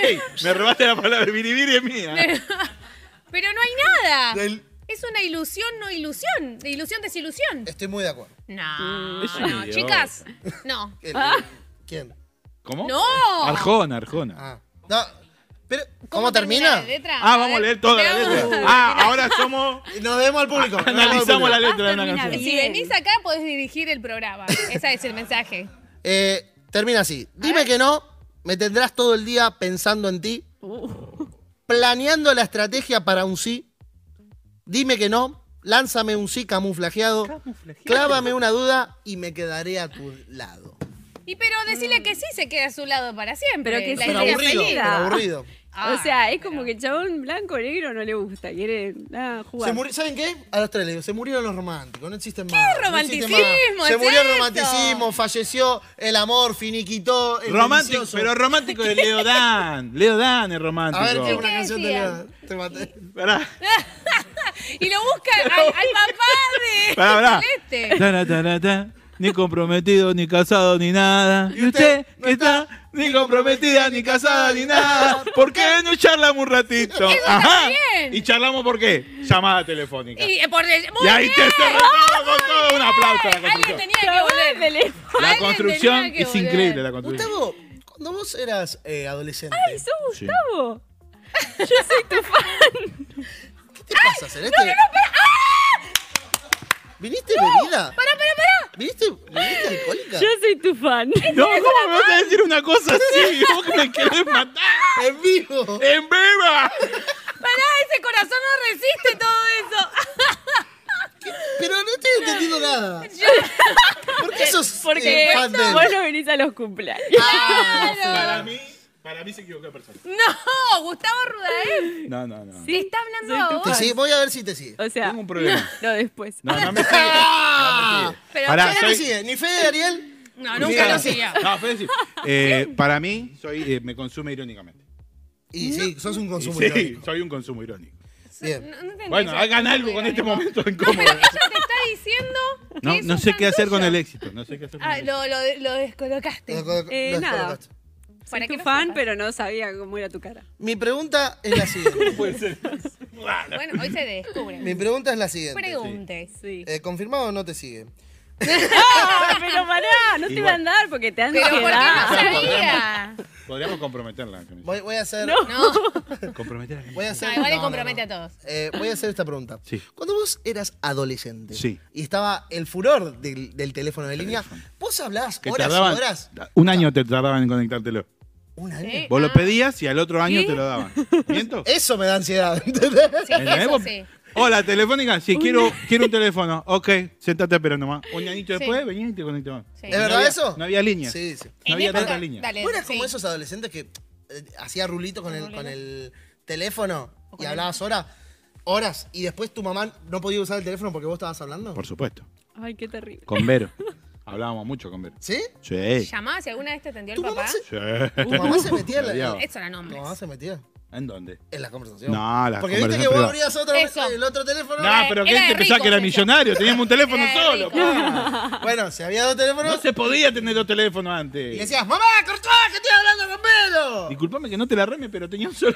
S4: Ey, me robaste la palabra, biribiri es mía.
S3: pero no hay nada.
S5: Del-
S3: Es una ilusión, no ilusión. De ilusión, desilusión.
S5: Estoy muy de acuerdo.
S3: No,
S4: Mm, es
S3: no,
S4: idiota.
S3: chicas. No.
S5: El- ¿Quién?
S4: ¿Cómo?
S3: ¡No!
S4: Arjona, Arjona.
S5: Ah. No, pero, ¿cómo, termina?
S3: la letra?
S4: Ah, vamos a
S3: ver.
S4: leer toda la
S3: Veamos.
S4: letra. Ah, ahora somos.
S5: Nos debemos al público. nos debemos al
S4: Analizamos la
S5: público.
S4: letra de una
S6: terminar
S4: canción.
S6: bien.
S3: Si venís acá, podés dirigir el programa. Ese es el mensaje.
S5: Eh, termina así. Dime que no, me tendrás todo el día pensando en ti,
S3: Uh.
S5: planeando la estrategia para un sí. Dime que no, lánzame un sí camuflajeado, clávame una duda y me quedaré a tu lado.
S3: Y pero decirle que sí se queda a su lado para siempre.
S6: Mm. Pero que
S3: La
S6: sí.
S5: Pero
S3: idea
S5: aburrido,
S3: feliz. Ah,
S5: pero aburrido.
S3: Ay,
S6: o sea, es
S3: pero-
S6: como que el chabón blanco negro no le gusta, quiere nada
S5: Se
S6: jugar.
S5: muri- ¿Saben qué? A los tres les digo, se murieron los románticos, no existen más. no existe
S3: romanticismo?
S5: más. Se
S3: ¿Es
S5: murió el
S3: esto?
S5: romanticismo, falleció el amor, finiquitó. el
S4: Romántico,
S5: delicioso.
S4: pero romántico de Leo Dan. Leo Dan
S5: A ver, tiene
S4: es romántico.
S5: una
S3: ¿Qué
S5: canción de
S3: decían?
S5: la- Te maté.
S4: Pará.
S3: Y lo buscan al, al papá de
S4: Pará, pará.
S3: Celeste.
S4: Tara, tara, ta. Ni comprometido, ni casado, ni nada. Y usted
S5: usted no
S4: que está ni comprometida, ni casada, ni nada. ¿Por qué no charlamos un ratito?
S3: está bien.
S4: ¿Y charlamos por qué? Llamada telefónica. Y,
S3: Y, eh, por de- muy
S4: ahí te
S3: bien.
S4: cerró todo con todo. Un aplauso a la
S3: Alguien
S4: construcción.
S3: tenía que
S6: Llamá al
S3: volver.
S6: teléfono.
S4: La
S3: alguien
S4: construcción
S3: tenía que
S4: es
S3: volver.
S4: increíble. La construcción.
S5: Gustavo, cuando vos eras eh, adolescente,
S6: Ay, sos Gustavo. Yo soy tu fan.
S5: ¿qué te pasa, Celeste? No, no, no, ¿Viniste bebida?
S3: Pará, pará, pará.
S5: ¿Viniste, viniste alcohólica?
S6: Yo soy tu fan.
S4: No, ¿cómo me vas a decir una cosa así? ¿Vos que me querés matar?
S5: ¡En vivo!
S4: ¡En viva!
S3: Pará, ese corazón no resiste todo eso.
S5: Pero no estoy entendiendo nada. ¿Por qué sos
S6: Porque
S5: eh, fan de él? Ah,
S6: vos no venís a los cumpleaños.
S4: Para mí, para mí se equivocó la persona.
S3: No, Gustavo Rudaev.
S4: No, no, no.
S6: Sí,
S3: Está hablando
S6: Soy tu
S3: a vos.
S5: Te sigue- voy a ver si te sigue.
S6: O sea,
S4: Tengo un problema.
S6: no después.
S4: No, no me sigue.
S5: ¡Ah!
S3: Pero
S4: Pará,
S5: ¿Quién no
S4: soy-
S5: te sigue? ¿Ni Fede, Ariel?
S3: No, nunca
S5: Mira.
S3: lo siguió.
S4: No, Fede sí. Eh, Para mí, soy, eh, me consume irónicamente.
S5: Y sí, sos un
S4: Y
S5: consumidor.
S4: Sí, soy un consumo irónico.
S5: Bien.
S3: No, no entendí
S4: Bueno,
S3: eso.
S4: hagan algo con este momento
S3: No, pero
S4: incómodo.
S3: ella te está diciendo. que
S4: No,
S3: es
S4: no
S3: un
S4: sé
S3: fan
S4: qué hacer con
S3: tuyo.
S4: el éxito. No sé qué hacer con
S3: Ah,
S4: el
S3: lo,
S4: éxito.
S3: lo, lo descolocaste.
S5: Lo- lo-
S6: Eh,
S5: lo
S6: nada.
S5: descolocaste.
S6: Soy
S3: que
S6: tu
S3: no
S6: fan,
S3: sepas.
S6: pero no sabía cómo era tu cara.
S5: Mi pregunta es la siguiente.
S4: Puede ser. Raro.
S3: Bueno, hoy se descubre.
S5: Mi pregunta es la siguiente.
S3: Pregunte.
S6: Sí.
S5: Eh, ¿Confirmado o no te sigue?
S6: Ah, pero pará, no te
S4: Igual.
S6: van a dar porque te dan
S3: Pero ¿por qué no
S6: ansiedad.
S3: sabía?
S4: Podríamos comprometerla. Camila.
S5: Voy, voy a hacer...
S6: No.
S3: No,
S4: Comprometer a la
S5: Voy a hacer,
S3: no igual le compromete a todos.
S5: Eh, voy a hacer esta pregunta.
S4: Sí.
S5: Cuando vos eras adolescente
S4: Sí.
S5: y estaba el furor del, del teléfono de línea, vos hablabas
S4: Que
S5: horas
S4: tardaban.
S5: y horas.
S4: Un año te tardaban en conectártelo.
S5: Un año.
S3: Sí.
S4: Vos lo pedías y al otro año
S6: ¿Qué?
S4: te lo daban. ¿Miento?
S5: Eso me da ansiedad, ¿entendés?
S3: Sí,
S4: ¿Entendés?
S3: eso
S4: Vos-
S3: sí.
S4: Hola, telefónica. Sí, quiero, quiero un teléfono. Ok, sentate esperando más. Un añito
S3: Sí.
S4: después, venía y te conectaban.
S3: Sí.
S5: ¿Es verdad
S4: había-
S5: eso?
S4: no había línea.
S5: Sí, sí.
S4: No
S3: En
S4: había
S3: época-
S4: tanta línea.
S3: Dale,
S5: Vos eras como
S3: Eh, sí.
S5: esos adolescentes que eh, hacía rulitos con el,
S3: Rulito.
S5: con el teléfono y hablabas horas, horas, y después tu mamá no podía usar el teléfono porque vos estabas hablando.
S4: Por supuesto.
S6: Ay, qué terrible.
S4: Con Vero. Hablábamos mucho con Vero.
S5: ¿Sí?
S4: Sí.
S3: ¿Llamaba si alguna vez te atendió el
S5: ¿Tu mamá,
S3: papá?
S5: se, tu
S4: Sí.
S5: mamá se metía en
S4: Odiaba.
S5: la,
S3: Eso era
S5: tu
S3: nombre.
S5: mamá se metía
S4: ¿En dónde?
S5: en la conversación.
S4: No, la
S5: Porque viste que
S4: conversación
S5: vos
S4: privada.
S5: abrías otra vez
S3: Eso.
S5: el otro teléfono.
S4: No, pero
S3: Era de
S4: ¿quién te pensaba
S3: ricos
S4: que era
S3: eso.
S4: millonario? Teníamos un teléfono
S3: Era de
S4: solo.
S3: ricos.
S4: pa.
S5: Bueno, si había dos teléfonos,
S4: No se podía tener dos teléfonos antes.
S5: Y decías, mamá, cortá, que estoy hablando con Velo.
S4: Disculpame que no te la reme, pero tenía un solo.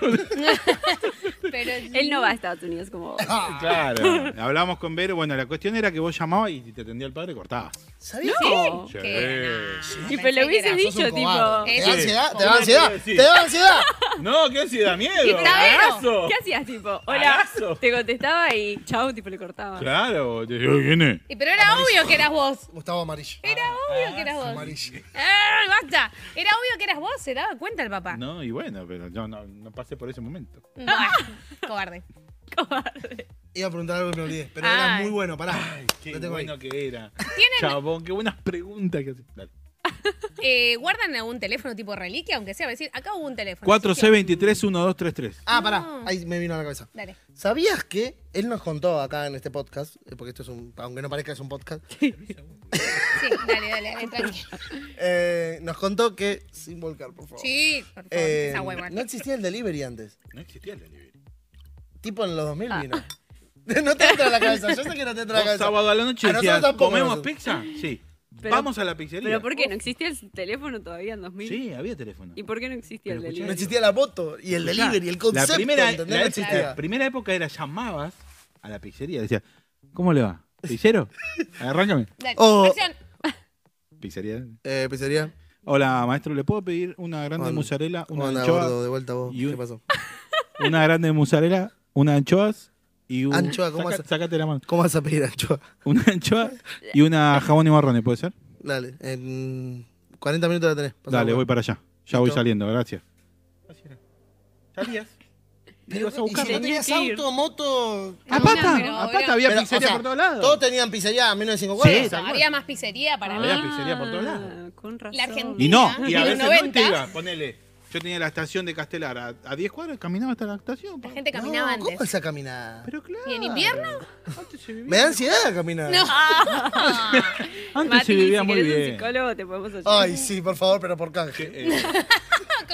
S3: Pero
S6: Él no va a Estados Unidos como vos.
S5: Ah,
S4: claro. Hablamos con Vero. Bueno, la cuestión era que vos llamabas y te atendía el padre y cortabas.
S5: ¿Sabías?
S6: No.
S4: Sí.
S3: Que- no,
S6: Y
S3: pensé
S6: pero
S3: que
S6: lo hubieses
S3: era-
S5: Sos un
S6: dicho, tipo.
S5: cobarde. Te da
S3: Sí.
S5: ansiedad, te da
S4: Como
S5: ansiedad,
S4: nadie decía.
S5: te da ansiedad.
S4: No, qué ansiedad,
S3: Y
S4: miedo.
S3: está Vero.
S4: cagazo.
S6: ¿Qué hacías, tipo? Hola.
S4: Cagazo.
S6: Te contestaba y chau, tipo le cortaba.
S4: Claro. Te digo, ¿quién es?
S3: Y pero era obvio que eras vos.
S5: Gustavo Amarillo.
S3: Era
S4: Ah,
S3: obvio que eras vos.
S5: Amarillo.
S3: ¡Ah, basta! Era obvio que eras vos, se daba cuenta el papá.
S4: No, y bueno, pero yo no, no pasé por ese momento.
S3: Ah, cobarde.
S5: Iba a preguntar algo y me olvidé, pero
S3: Ay.
S5: era muy bueno, pará.
S4: Qué
S5: Lo tengo ahí.
S4: bueno que era.
S3: ¿Tienen-
S4: Chabón, qué buenas preguntas que haces. Dale.
S3: Eh, ¿Guardan algún teléfono tipo reliquia? Aunque sea, decir, acá hubo un teléfono.
S4: 4C23-1233.
S5: Ah, pará, ahí me vino a la cabeza.
S3: Dale.
S5: ¿Sabías que él nos contó acá en este podcast, eh, porque esto es un, aunque no parezca es un podcast,
S3: Sí, dale, dale, dale, tranqui.
S5: Eh, nos contó que, sin volcar, por favor.
S3: Sí, por favor,
S5: Eh,
S3: esa hueva.
S5: no existía el delivery antes.
S4: No existía el delivery.
S5: Tipo en los 2000 vino. No te entra en la cabeza. Yo sé que no te entra en la
S4: Vos
S5: cabeza.
S4: sábado a la noche
S5: A nosotros
S4: decías,
S5: tampoco
S4: ¿comemos
S5: nos-
S4: pizza? Sí.
S6: Pero-
S4: Vamos a la pizzería.
S6: ¿Pero por qué? ¿No existía el teléfono todavía en 2000?
S4: Sí, había teléfono.
S6: ¿Y por qué no existía
S4: Pero
S6: el
S4: escuchá,
S5: No
S6: delivery?
S5: existía la moto y el delivery, el concepto.
S4: La primera,
S5: ¿entendés?
S4: la-
S5: no existía.
S4: la primera época era llamabas a la pizzería, decías, ¿cómo le va? ¿Pizzero? Arráncame.
S3: Dale.
S5: Oh.
S3: Acción.
S4: Pizzería.
S5: Eh, pizzería.
S4: Hola, maestro, ¿le puedo pedir una grande
S5: Hola.
S4: mozzarella, una
S5: Onda,
S4: anchoa,
S5: gordo, de vuelta vos.
S4: y un-
S5: ¿Qué pasó?
S4: una grande mozzarella, una anchoas y un...
S5: Anchoa, ¿cómo
S4: Saca-
S5: hace?
S4: Sácate la mano.
S5: ¿Cómo vas a pedir anchoa?
S4: Una anchoa y una jabón y marrones, ¿puede ser?
S5: Dale, en 40 minutos la tenés. Pasá
S4: Dale,
S5: por-
S4: voy para allá. Ya voy
S5: Listo.
S4: saliendo, gracias. ¿Salías? ¿Te ibas
S5: Y
S4: a
S5: si
S4: buscar?
S5: no tenías
S6: Tenía que ir.
S5: auto, moto.
S4: ¡A
S3: No,
S4: pata!
S3: pero
S4: ¡A pata!
S3: ahora-
S4: Había
S5: Pero,
S4: pizzería
S5: o sea,
S4: por todos lados.
S5: Todos tenían pizzería a menos de 5
S4: Sí,
S5: cuadras.
S4: tal cual. Ah.
S3: Había más pizzería para
S4: Había
S3: mí.
S4: pizzería por todos lados.
S6: Con razón.
S3: La Argentina.
S4: Y no,
S3: Mira,
S4: y a
S3: en
S4: veces
S3: los
S4: no te
S3: 90.
S4: iba, ponele. Yo tenía la estación de Castelar a, a 10 cuadras, caminaba hasta la estación.
S3: La
S4: pa.
S3: gente caminaba
S5: No, ¿Cómo
S3: antes.
S5: esa caminada?
S4: Pero claro.
S3: ¿Y en invierno?
S4: Antes se vivía,
S5: Me da ansiedad caminar.
S3: No.
S4: antes
S6: Mati,
S4: se vivía
S6: si
S4: muy
S6: querés
S4: bien. Ah,
S6: un psicólogo te podemos ayudar.
S5: Ay, sí, por favor, pero por canje.
S4: Eh,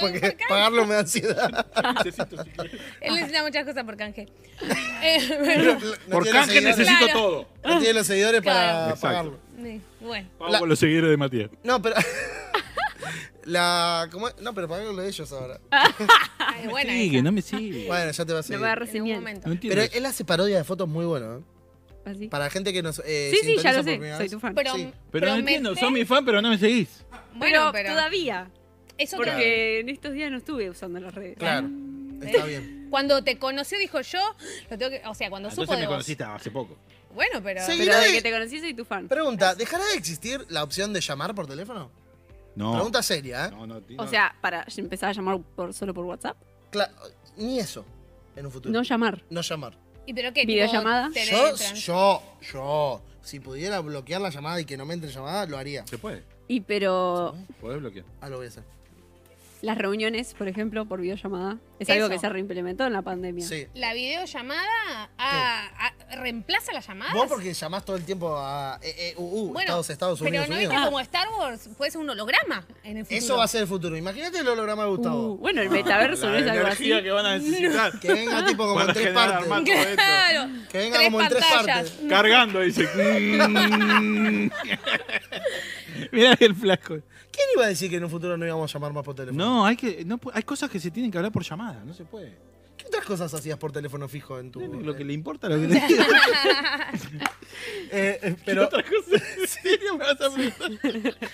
S5: Porque pagarlo me da ansiedad.
S4: necesito, si querés.
S3: Él necesita muchas cosas por canje. Eh,
S5: No
S3: pero-
S4: por
S5: tiene los
S4: canje
S5: seguidores-
S4: necesito
S3: Claro.
S4: todo.
S5: No tiene los seguidores para
S3: Claro.
S5: pagarlo.
S3: Sí, bueno.
S4: Vamos con los seguidores de Matías.
S5: No, pero. La. ¿cómo es? No, pero pagarlo de ellos ahora.
S4: Ah,
S3: Ay, buena
S4: Sigue,
S3: esa.
S4: no me sigue.
S5: Bueno, ya te va a seguir.
S6: Lo Ah. va a
S3: En un
S6: reseñar.
S3: momento.
S5: Pero
S4: No
S5: eh,
S4: entiendo.
S5: él hace parodia de fotos muy bueno, ¿eh?
S6: Así.
S5: Para gente que nos. eh,
S6: Sí, sí,
S5: sintoniza
S6: ya lo
S5: por
S6: sé.
S5: primera
S6: Soy
S5: vez.
S6: tu fan.
S3: Pero,
S5: Sí.
S4: Pero no
S3: prometé-
S4: entiendo, sos mi fan, pero no me seguís.
S5: Ah,
S3: Bueno, pero
S6: todavía.
S3: eso creo que
S6: Porque en estos días no estuve usando las redes. ¿eh?
S5: Claro. Está bien.
S3: cuando te conoció dijo yo, lo tengo que, o sea, cuando supo
S4: Entonces
S3: de
S4: me
S3: vos.
S4: conociste hace poco.
S3: Bueno, pero
S5: Sí.
S6: Pero de que te conocí soy tu fan.
S5: Pregunta: ¿dejará de existir la opción de llamar por teléfono?
S4: No.
S5: Pregunta seria, ¿eh?
S4: No, no, ti-
S6: O
S4: no.
S6: sea, para empezar a llamar por, solo por WhatsApp.
S5: Cla- ni eso en un futuro.
S6: No llamar.
S5: No llamar.
S3: ¿y pero qué? tipo,
S6: Videollamada.
S3: tenés
S5: Yo,
S3: trans-
S5: yo, yo. Si pudiera bloquear la llamada y que no me entre llamada, lo haría.
S4: Se puede.
S6: Y pero
S4: Podés bloquear.
S5: Ah, lo voy a hacer.
S6: las reuniones, por ejemplo, por videollamada, es
S3: Eso.
S6: algo que se reimplementó en la pandemia.
S5: Sí.
S3: La videollamada a- a- reemplaza la llamada.
S5: Vos porque llamás todo el tiempo a eh, eh, uh, uh, Estados, Estados Unidos,
S3: pero no
S5: Unidos.
S3: viste como Star Wars, puede ser un holograma en el futuro.
S5: Eso va a ser el futuro. Imagínate el holograma de Gustavo.
S6: Uh, bueno, el metaverso no es algo así.
S4: que van a necesitar.
S5: Que venga tipo como en tres partes.
S3: Claro.
S5: Que venga como en tres partes.
S4: Cargando, dice. Mirá el flasco.
S5: ¿Quién iba a decir que en un futuro no íbamos a llamar más por teléfono?
S4: No, hay que. No, pu- hay cosas que se tienen que hablar por llamada, no se puede.
S5: ¿Qué otras cosas hacías por teléfono fijo en tu.
S4: Lo que le importa lo que le diga.
S5: Eh, eh, pero.
S4: Otra cosa. ¿En serio me vas a preguntar?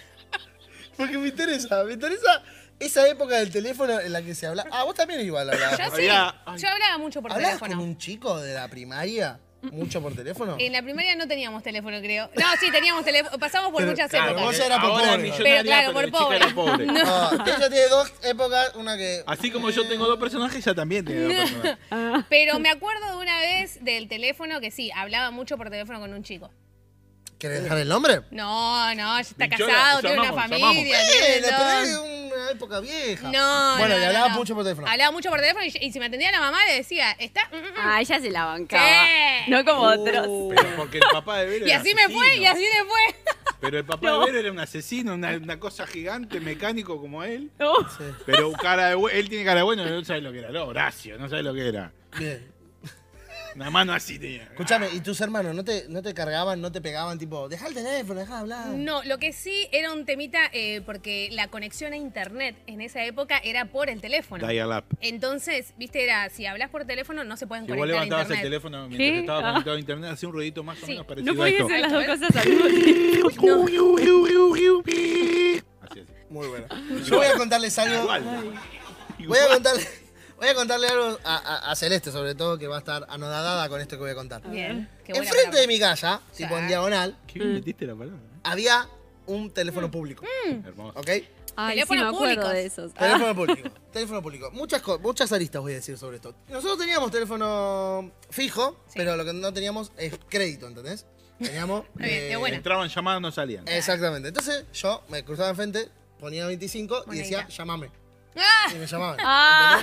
S5: Porque me interesa, me interesa esa época del teléfono en la que se habla. Ah, vos también igual hablabas.
S3: Yo sí.
S4: Había- ay.
S3: Yo hablaba mucho por
S5: ¿Hablabas
S3: teléfono. Eh,
S5: con un chico de la primaria? ¿Mucho por teléfono?
S3: En la primaria no teníamos teléfono, creo. No, sí, teníamos teléfono. Pasamos por
S5: Pero,
S3: muchas
S5: claro,
S3: épocas.
S5: vos era por
S4: Ahora
S5: pobre.
S4: es
S3: Pero
S4: millonaria,
S3: claro,
S4: pero
S3: por
S4: de chica
S3: pobre.
S4: era
S5: No, Ah, ella tiene dos épocas, una que.
S4: Así como yo tengo dos personajes, ella también tiene dos personajes.
S3: Pero me acuerdo de una vez del teléfono que sí, hablaba mucho por teléfono con un chico.
S5: ¿Querés dejar el nombre?
S3: No, no, ya está
S4: Bichola,
S3: casado, tiene una
S4: llamamos,
S3: familia. tiene
S5: Bueno, pero es
S3: dos.
S5: una época vieja.
S3: No,
S5: Bueno,
S3: no,
S5: y
S3: no,
S5: hablaba
S3: no.
S5: mucho por teléfono.
S3: Hablaba mucho por teléfono y, y si me atendía la mamá le decía, está. mm, mm, mm.
S6: Ah, ella se la bancaba.
S3: Sí.
S6: No como
S4: Uh.
S6: otros.
S4: Pero porque el papá de Vero
S3: Uh. y
S4: era
S3: así me fue,
S4: asesino.
S3: y así me fue.
S4: Pero el papá de Vero era un asesino, una, una cosa gigante, mecánico como él.
S6: No.
S4: Pero cara de bu- él tiene cara de bueno, no sabe lo que era. No, Horacio, no sabe lo que era.
S5: Bien.
S4: Una mano así tenía.
S5: Escuchame, ¿y tus hermanos no te, no te cargaban, no te pegaban? Tipo, deja el teléfono, deja de hablar.
S3: No, lo que sí era un temita, eh, porque la conexión a internet en esa época era por el teléfono.
S4: Dial up.
S3: Entonces, viste, era, si hablas por teléfono no se pueden
S4: Si vos
S3: conectar a
S4: levantabas el
S3: internet.
S4: teléfono mientras
S6: ¿Qué?
S4: estaba
S6: Ah.
S4: conectado a internet, hacía un ruidito más o
S3: Sí.
S4: menos parecido
S6: No
S4: a
S6: podía
S4: esto.
S6: hacer las dos cosas al mismo tiempo.
S4: Así, así.
S5: Muy bueno. Yo voy a contarles algo.
S4: Igual.
S5: Voy a contarle, voy a contarle algo a, a- a Celeste, sobre todo, que va a estar anodadada con esto que voy a contar.
S3: Bien, qué buena
S5: Enfrente
S3: palabra.
S5: de mi casa, tipo en diagonal,
S4: Qué bien metiste la palabra. eh.
S5: había un
S3: Mm.
S5: teléfono público.
S4: Hermoso.
S5: ¿Ok?
S6: Ay, sí,
S3: Teléfonos
S6: me acuerdo
S3: públicos.
S6: de esos. Ah,
S5: Teléfono público. Teléfono público. Muchas, co- muchas aristas voy a decir sobre esto. Nosotros teníamos teléfono fijo, pero lo que no teníamos es crédito, ¿entendés? Teníamos. eh,
S3: bien, de buena.
S4: Entraban llamadas, no salían.
S5: Exactamente. Entonces yo me cruzaba enfrente, ponía 25 y
S3: Monedita.
S5: decía, llámame.
S3: ¡Ah!
S5: Y me llamaban.
S6: Ah.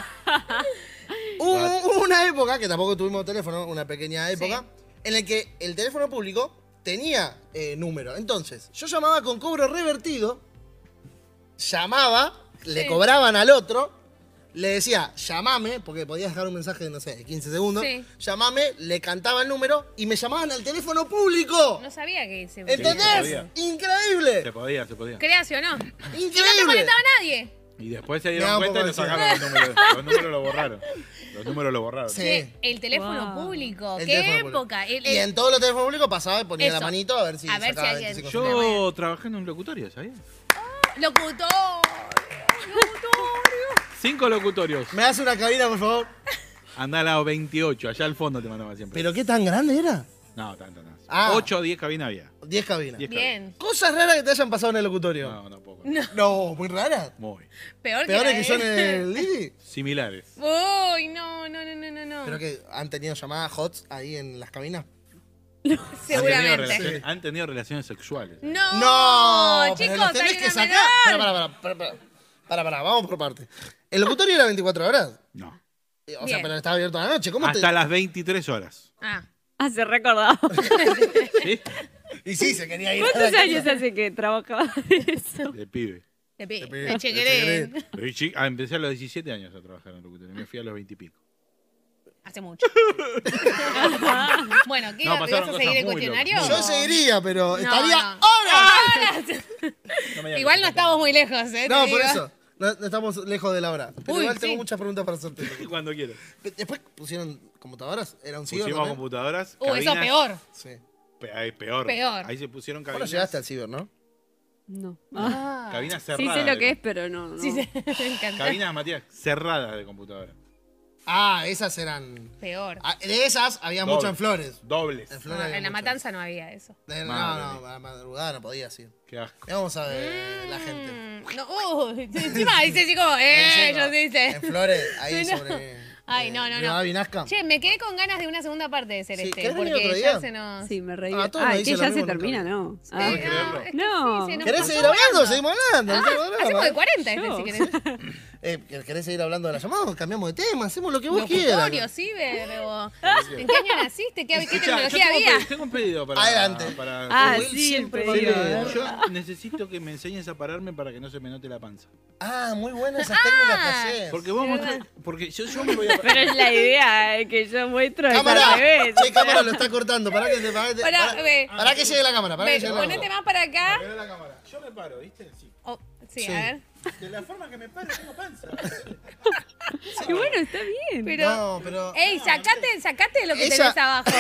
S5: ¿entendés? Hubo una época, que tampoco tuvimos teléfono, una pequeña época, en la que el teléfono público tenía eh, número. Entonces, yo llamaba con cobro revertido, llamaba, le
S3: Sí.
S5: cobraban al otro, le decía, llamame, porque podía dejar un mensaje de, no sé, de 15 segundos,
S3: Sí.
S5: llamame, le cantaba el número y me llamaban al teléfono público.
S3: No sabía que se
S5: ¿Entendés?
S4: sabía. Se
S5: Increíble.
S4: podía, se podía.
S3: Creas o no. Y no te
S5: Increíble.
S3: molestaba a nadie.
S4: Y después se
S5: Me da
S4: dieron
S5: un
S4: cuenta y
S5: poco
S4: nos
S5: de
S4: sacaron los números. Los números lo borraron. Los números lo borraron.
S5: Sí.
S3: Che, Eh, el teléfono
S6: Wow.
S3: público.
S5: El
S3: ¿Qué
S5: teléfono público.
S3: época? El-
S5: Y
S3: el-
S5: en todos los teléfonos públicos pasaba y ponía la
S3: Eso.
S5: manito a ver si
S3: A ver si
S5: sacaba este
S3: alguien-
S5: 25 centavos.
S4: Yo trabajé en un locutorio, ¿sabías?
S3: Locutor. Locutor.
S4: Cinco locutorios.
S5: ¿Me das una cabina, por favor?
S4: Andá al lado 28, allá al fondo te mandaba siempre.
S5: ¿Pero qué tan grande era?
S4: No, tanto, no.
S5: Ah.
S4: 8 o 10 cabinas había.
S5: 10 cabinas.
S4: Diez
S3: Bien.
S5: Cosas raras que te hayan pasado en el locutorio.
S4: cabinas. No, no poco.
S5: No, muy raras.
S4: Muy.
S3: Peor,
S5: Peores
S3: la
S5: que
S3: de-
S5: son en el Lili.
S4: Similares.
S3: Uy, no, no, no, no, no, no.
S5: Pero que han tenido llamadas hot ahí en las cabinas.
S4: Han tenido,
S3: Seguramente.
S4: relaciones, han tenido relaciones sexuales.
S3: No,
S5: pero
S3: chicos,
S5: las
S3: hay
S5: tenés
S3: una
S5: que sacar. Pará,
S3: menor.
S5: pará, pará, pará, pará, pará, vamos por parte. El locutorio era 24 horas.
S4: No.
S5: Eh, O sea,
S3: Bien.
S5: pero estaba abierto a la noche. ¿Cómo
S4: Hasta las 23 horas.
S3: Ah,
S6: Ah, se recordaba.
S4: ¿Sí?
S5: te.? Y sí, se quería ir. a la
S6: ¿Cuántos
S5: casa.
S6: años hace que trabajaba eso?
S4: De pibe.
S3: te pido.
S5: pido,
S3: Te
S5: te
S3: chequeré.
S4: Pero yo- ah, empecé a los 17 años a trabajar en el locutorio. Me fui a los 20 y pico.
S3: Hace mucho. bueno, ¿qué?
S4: No,
S3: ¿Vas
S4: pasaron
S3: a seguiría el
S4: cosas muy locas,
S3: cuestionario?
S4: muy
S5: Yo seguiría, pero
S3: No,
S5: estaría
S3: no.
S5: horas.
S4: No me digas
S3: Igual
S4: que
S3: no
S4: te-
S3: estamos muy lejos, ¿eh? te
S5: No, por
S3: digo.
S5: eso. No, no estamos lejos de la hora. Pero
S3: Uy,
S5: igual tengo
S3: sí.
S5: muchas preguntas para hacerte. locutor.
S4: Cuando quieras.
S5: Después pusieron computadoras. Era un ciber.
S4: Pusimos
S5: también?
S4: computadoras.
S3: Uh, eso
S4: cabinas-
S3: peor.
S5: Sí.
S4: Pe- ay, peor.
S3: Peor.
S4: Ahí se pusieron
S5: Vos no
S4: cabinas.
S5: llegaste al ciber, ¿no?
S6: No. Ah,
S4: Cabinas
S6: Sí
S4: cerradas.
S6: sé lo
S4: de-
S6: que es, pero no. no.
S3: Sí, se, me encantó.
S4: Cabinas, Matías, cerradas de computadora.
S5: Ah, esas eran.
S3: Peor.
S5: Ah, De esas había
S4: Doble.
S5: mucho en Flores.
S4: Dobles.
S5: En
S3: No,
S5: Flores. había
S3: Ah, en la
S5: mucho.
S3: matanza no había eso.
S5: De- No,
S4: Madre.
S5: no, a la madrugada no podía ir.
S4: Qué asco.
S5: ¿Qué vamos a ver eh, la gente?
S3: Mm, No, uh, encima dice así como, eh,
S5: Encima,
S3: yo sí
S5: En
S3: sé.
S5: Flores, ahí
S3: No.
S5: sobre.
S3: Ay,
S5: eh,
S3: no, no,
S5: Rivadavia
S3: no.
S5: y Nazca.
S3: Che, me quedé con ganas de una segunda parte de Celeste,
S5: ¿querés venir
S3: porque
S5: otro
S3: ya
S5: día?
S3: se nos...
S6: Sí, me reí.
S5: Ah, todos me
S6: Ah, que
S5: dicen lo
S6: ya se
S5: mismo, nunca
S6: termina,
S5: lo-
S6: ¿no?
S3: Sí,
S6: Ah.
S4: ¿Podés creerlo?
S3: es que
S6: No.
S3: sí, se nos
S5: ¿Querés
S3: pasó
S5: seguir hablando?
S3: volando.
S5: Seguimos hablando. no tengo
S3: Ah,
S5: problema,
S3: hacemos
S5: ¿eh?
S3: de 40 este,
S6: Yo.
S3: si querés.
S5: Eh, ¿Querés seguir hablando de la llamada? Cambiamos de tema, hacemos lo que vos quieras.
S3: Locutorio, ciber, o... ¿En qué año naciste? ¿Qué, qué
S4: Escuchá, yo
S3: tecnología
S4: tengo, un
S3: había?
S4: pedido- tengo un pedido para.
S5: Adelante.
S4: para-
S6: Ah,
S5: Will
S6: sí, el
S5: siempre
S4: Sí,
S5: pedido.
S6: periodo.
S4: yo necesito que me enseñes a pararme para que no se me note la panza.
S5: Ah, muy buenas esas técnicas que hacés.
S4: Porque vos mostrás- Porque yo, yo me voy a.
S6: Pero es la idea eh, que yo muestro es
S5: Cámara,
S6: al revés.
S5: Ah, che, cámara lo está cortando. Pará que, te, pará, que te-
S3: Pará,
S5: pará-
S3: ve.
S5: pará que llegue la cámara. Pará que
S3: Ven,
S5: llegue la
S3: ponete
S5: cámara.
S3: más para acá.
S4: Mirá la cámara. Yo me paro, ¿viste? Sí.
S3: Oh, sí,
S5: Sí.
S3: a ver.
S4: De la forma que me paro, tengo panza.
S6: Y bueno, está bien.
S3: Pero,
S5: No, pero.
S3: ey, sacate, sacate lo que
S5: Ella-
S3: tenés abajo.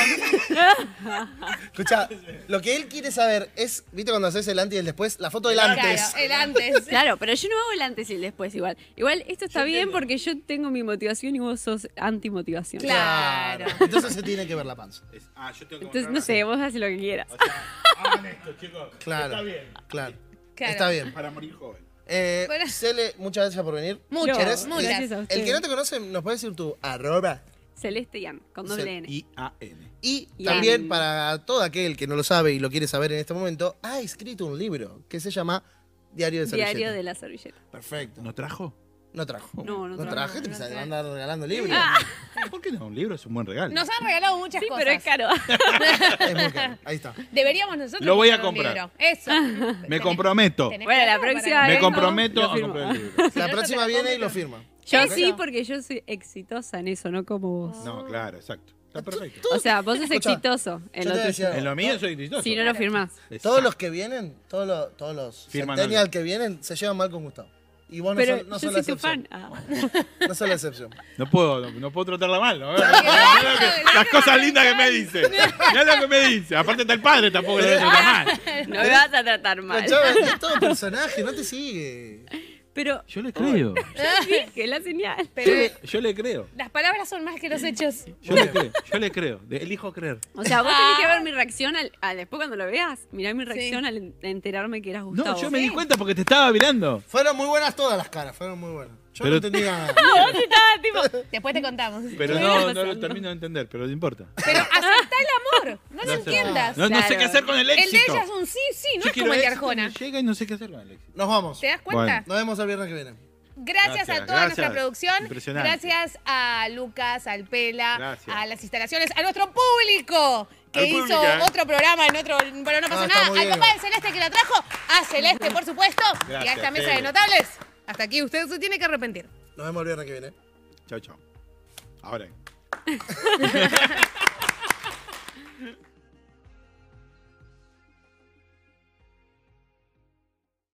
S5: Escucha, lo que él quiere saber es, ¿viste cuando haces el antes y el después? La foto del antes.
S3: Claro, el antes.
S6: Claro, pero yo no hago el antes y el después igual. Igual esto está bien porque yo tengo mi motivación y vos sos antimotivación.
S3: Claro.
S5: Entonces se tiene que ver la panza.
S4: ah, yo tengo que mostrar
S6: Entonces, no
S4: la-
S6: sé, vos haces lo que quieras.
S4: O sea, hagan esto, chicos.
S5: Claro.
S4: Está bien.
S5: Claro.
S3: Claro.
S5: Está bien.
S4: Para morir joven.
S5: Eh,
S3: Bueno.
S5: Cele, muchas gracias por venir.
S3: Muchas,
S5: ¿Querés?
S3: muchas.
S6: Gracias a ustedes.
S5: El que no te conoce, nos puede decir tu arroba.
S6: Celeste Ian, con doble
S5: Cel-
S6: N.
S4: I-A-N.
S5: Y
S6: Y
S5: también
S6: el-
S5: para todo aquel que no lo sabe y lo quiere saber en este momento, ha escrito un libro que se llama Diario de Servilleta.
S6: Diario de la servilleta.
S5: Perfecto.
S4: ¿No trajo?
S5: No trajo.
S6: No, no
S5: ¿No
S6: trajo. Ah.
S5: traje? ¿Te
S3: No
S5: pensás que
S3: traje.
S5: van a andar regalando libros?
S4: ¿Por qué no? Un libro es un buen regalo.
S3: Nos han regalado muchas
S6: Sí,
S3: cosas.
S6: pero es caro.
S5: Es muy caro. Ahí está.
S3: Deberíamos nosotros.
S4: Lo voy a
S3: comprar un libro.
S4: comprar.
S3: Eso.
S4: Me
S3: Tenés-
S4: comprometo.
S3: tenés
S6: Bueno,
S3: que
S6: la
S3: hacerlo
S6: próxima
S3: para-
S4: Me
S6: vez no.
S4: comprometo
S6: Lo
S4: a
S6: firmo.
S4: comprar el libro.
S3: Si no,
S5: La
S3: yo te
S5: próxima
S3: la
S5: viene y
S3: compro.
S5: lo firma.
S6: Yo
S5: ¿Ok?
S6: sí, porque yo soy exitosa en eso, no como vos.
S4: No, claro, exacto. Está perfecto.
S5: Tú-
S6: O sea, vos sos
S5: Escuchá,
S6: exitoso en
S5: yo
S6: lo
S5: te
S6: tuyo.
S5: decía-
S4: En lo mío soy exitoso.
S6: Si no lo firmás.
S4: Exacto.
S5: Todos los que vienen, todos los, todos los
S4: Firman
S5: centennial
S4: algo.
S5: que vienen, se llevan mal con Gustavo. Y vos no,
S6: Pero
S5: sos, no
S6: yo
S5: sos la
S6: soy tu
S5: excepción.
S6: fan. Ah.
S5: No sos la excepción.
S4: No puedo, no, no puedo tratarla mal. ¿no? Las cosas lindas que me dice. Mirá lo que me dice. Aparte está el padre, tampoco lo voy a tratar mal.
S6: No me vas a tratar mal.
S5: Chávez, es todo personaje, no te sigue.
S6: Pero
S4: Yo le creo.
S6: dije la señal.
S3: Pero
S4: Yo le creo.
S3: las palabras son más que los hechos.
S4: Yo le creo. Yo le creo. De- Elijo creer.
S6: O sea, vos tenés que ver mi reacción al, al- después cuando lo veas. Mirá mi reacción al en- enterarme que eras Gustavo.
S4: No, yo me di cuenta porque te estaba mirando.
S5: Fueron muy buenas todas las caras, fueron muy buenas. Yo
S4: Pero-
S5: no entendía nada.
S6: No, sí estaba tipo.
S3: Después te contamos.
S4: Pero no, no lo termino de entender, pero no importa.
S3: Pero aceptá el amor. No lo
S4: No sé.
S3: entiendas.
S4: No, no sé
S6: Claro.
S4: qué hacer con el
S3: El de
S4: éxito.
S3: ella es un sí, sí, no
S4: Yo
S3: es
S4: quiero
S3: como el de
S4: éxito y
S3: Arjona.
S4: Llega y no sé qué hacer con el éxito.
S5: Nos vamos.
S3: ¿Te das cuenta?
S5: Nos vemos el viernes que viene.
S3: Gracias,
S4: Gracias,
S3: a toda nuestra
S4: gracias.
S3: producción.
S4: Impresionante.
S3: Gracias a Lucas, al Pela,
S4: Gracias.
S3: a las instalaciones, a nuestro público que
S4: Al
S3: hizo
S4: público, ¿eh?
S3: otro programa en otro. Bueno, no pasa
S5: Ah, está
S3: nada.
S5: muy
S3: Al
S5: bien.
S3: papá de Celeste que la trajo, a Celeste, por supuesto, y a
S4: Gracias,
S3: esta mesa
S4: Fede.
S3: de notables. Hasta aquí usted se tiene que arrepentir.
S5: Nos vemos el viernes que viene.
S4: Chao, chao. Ahora.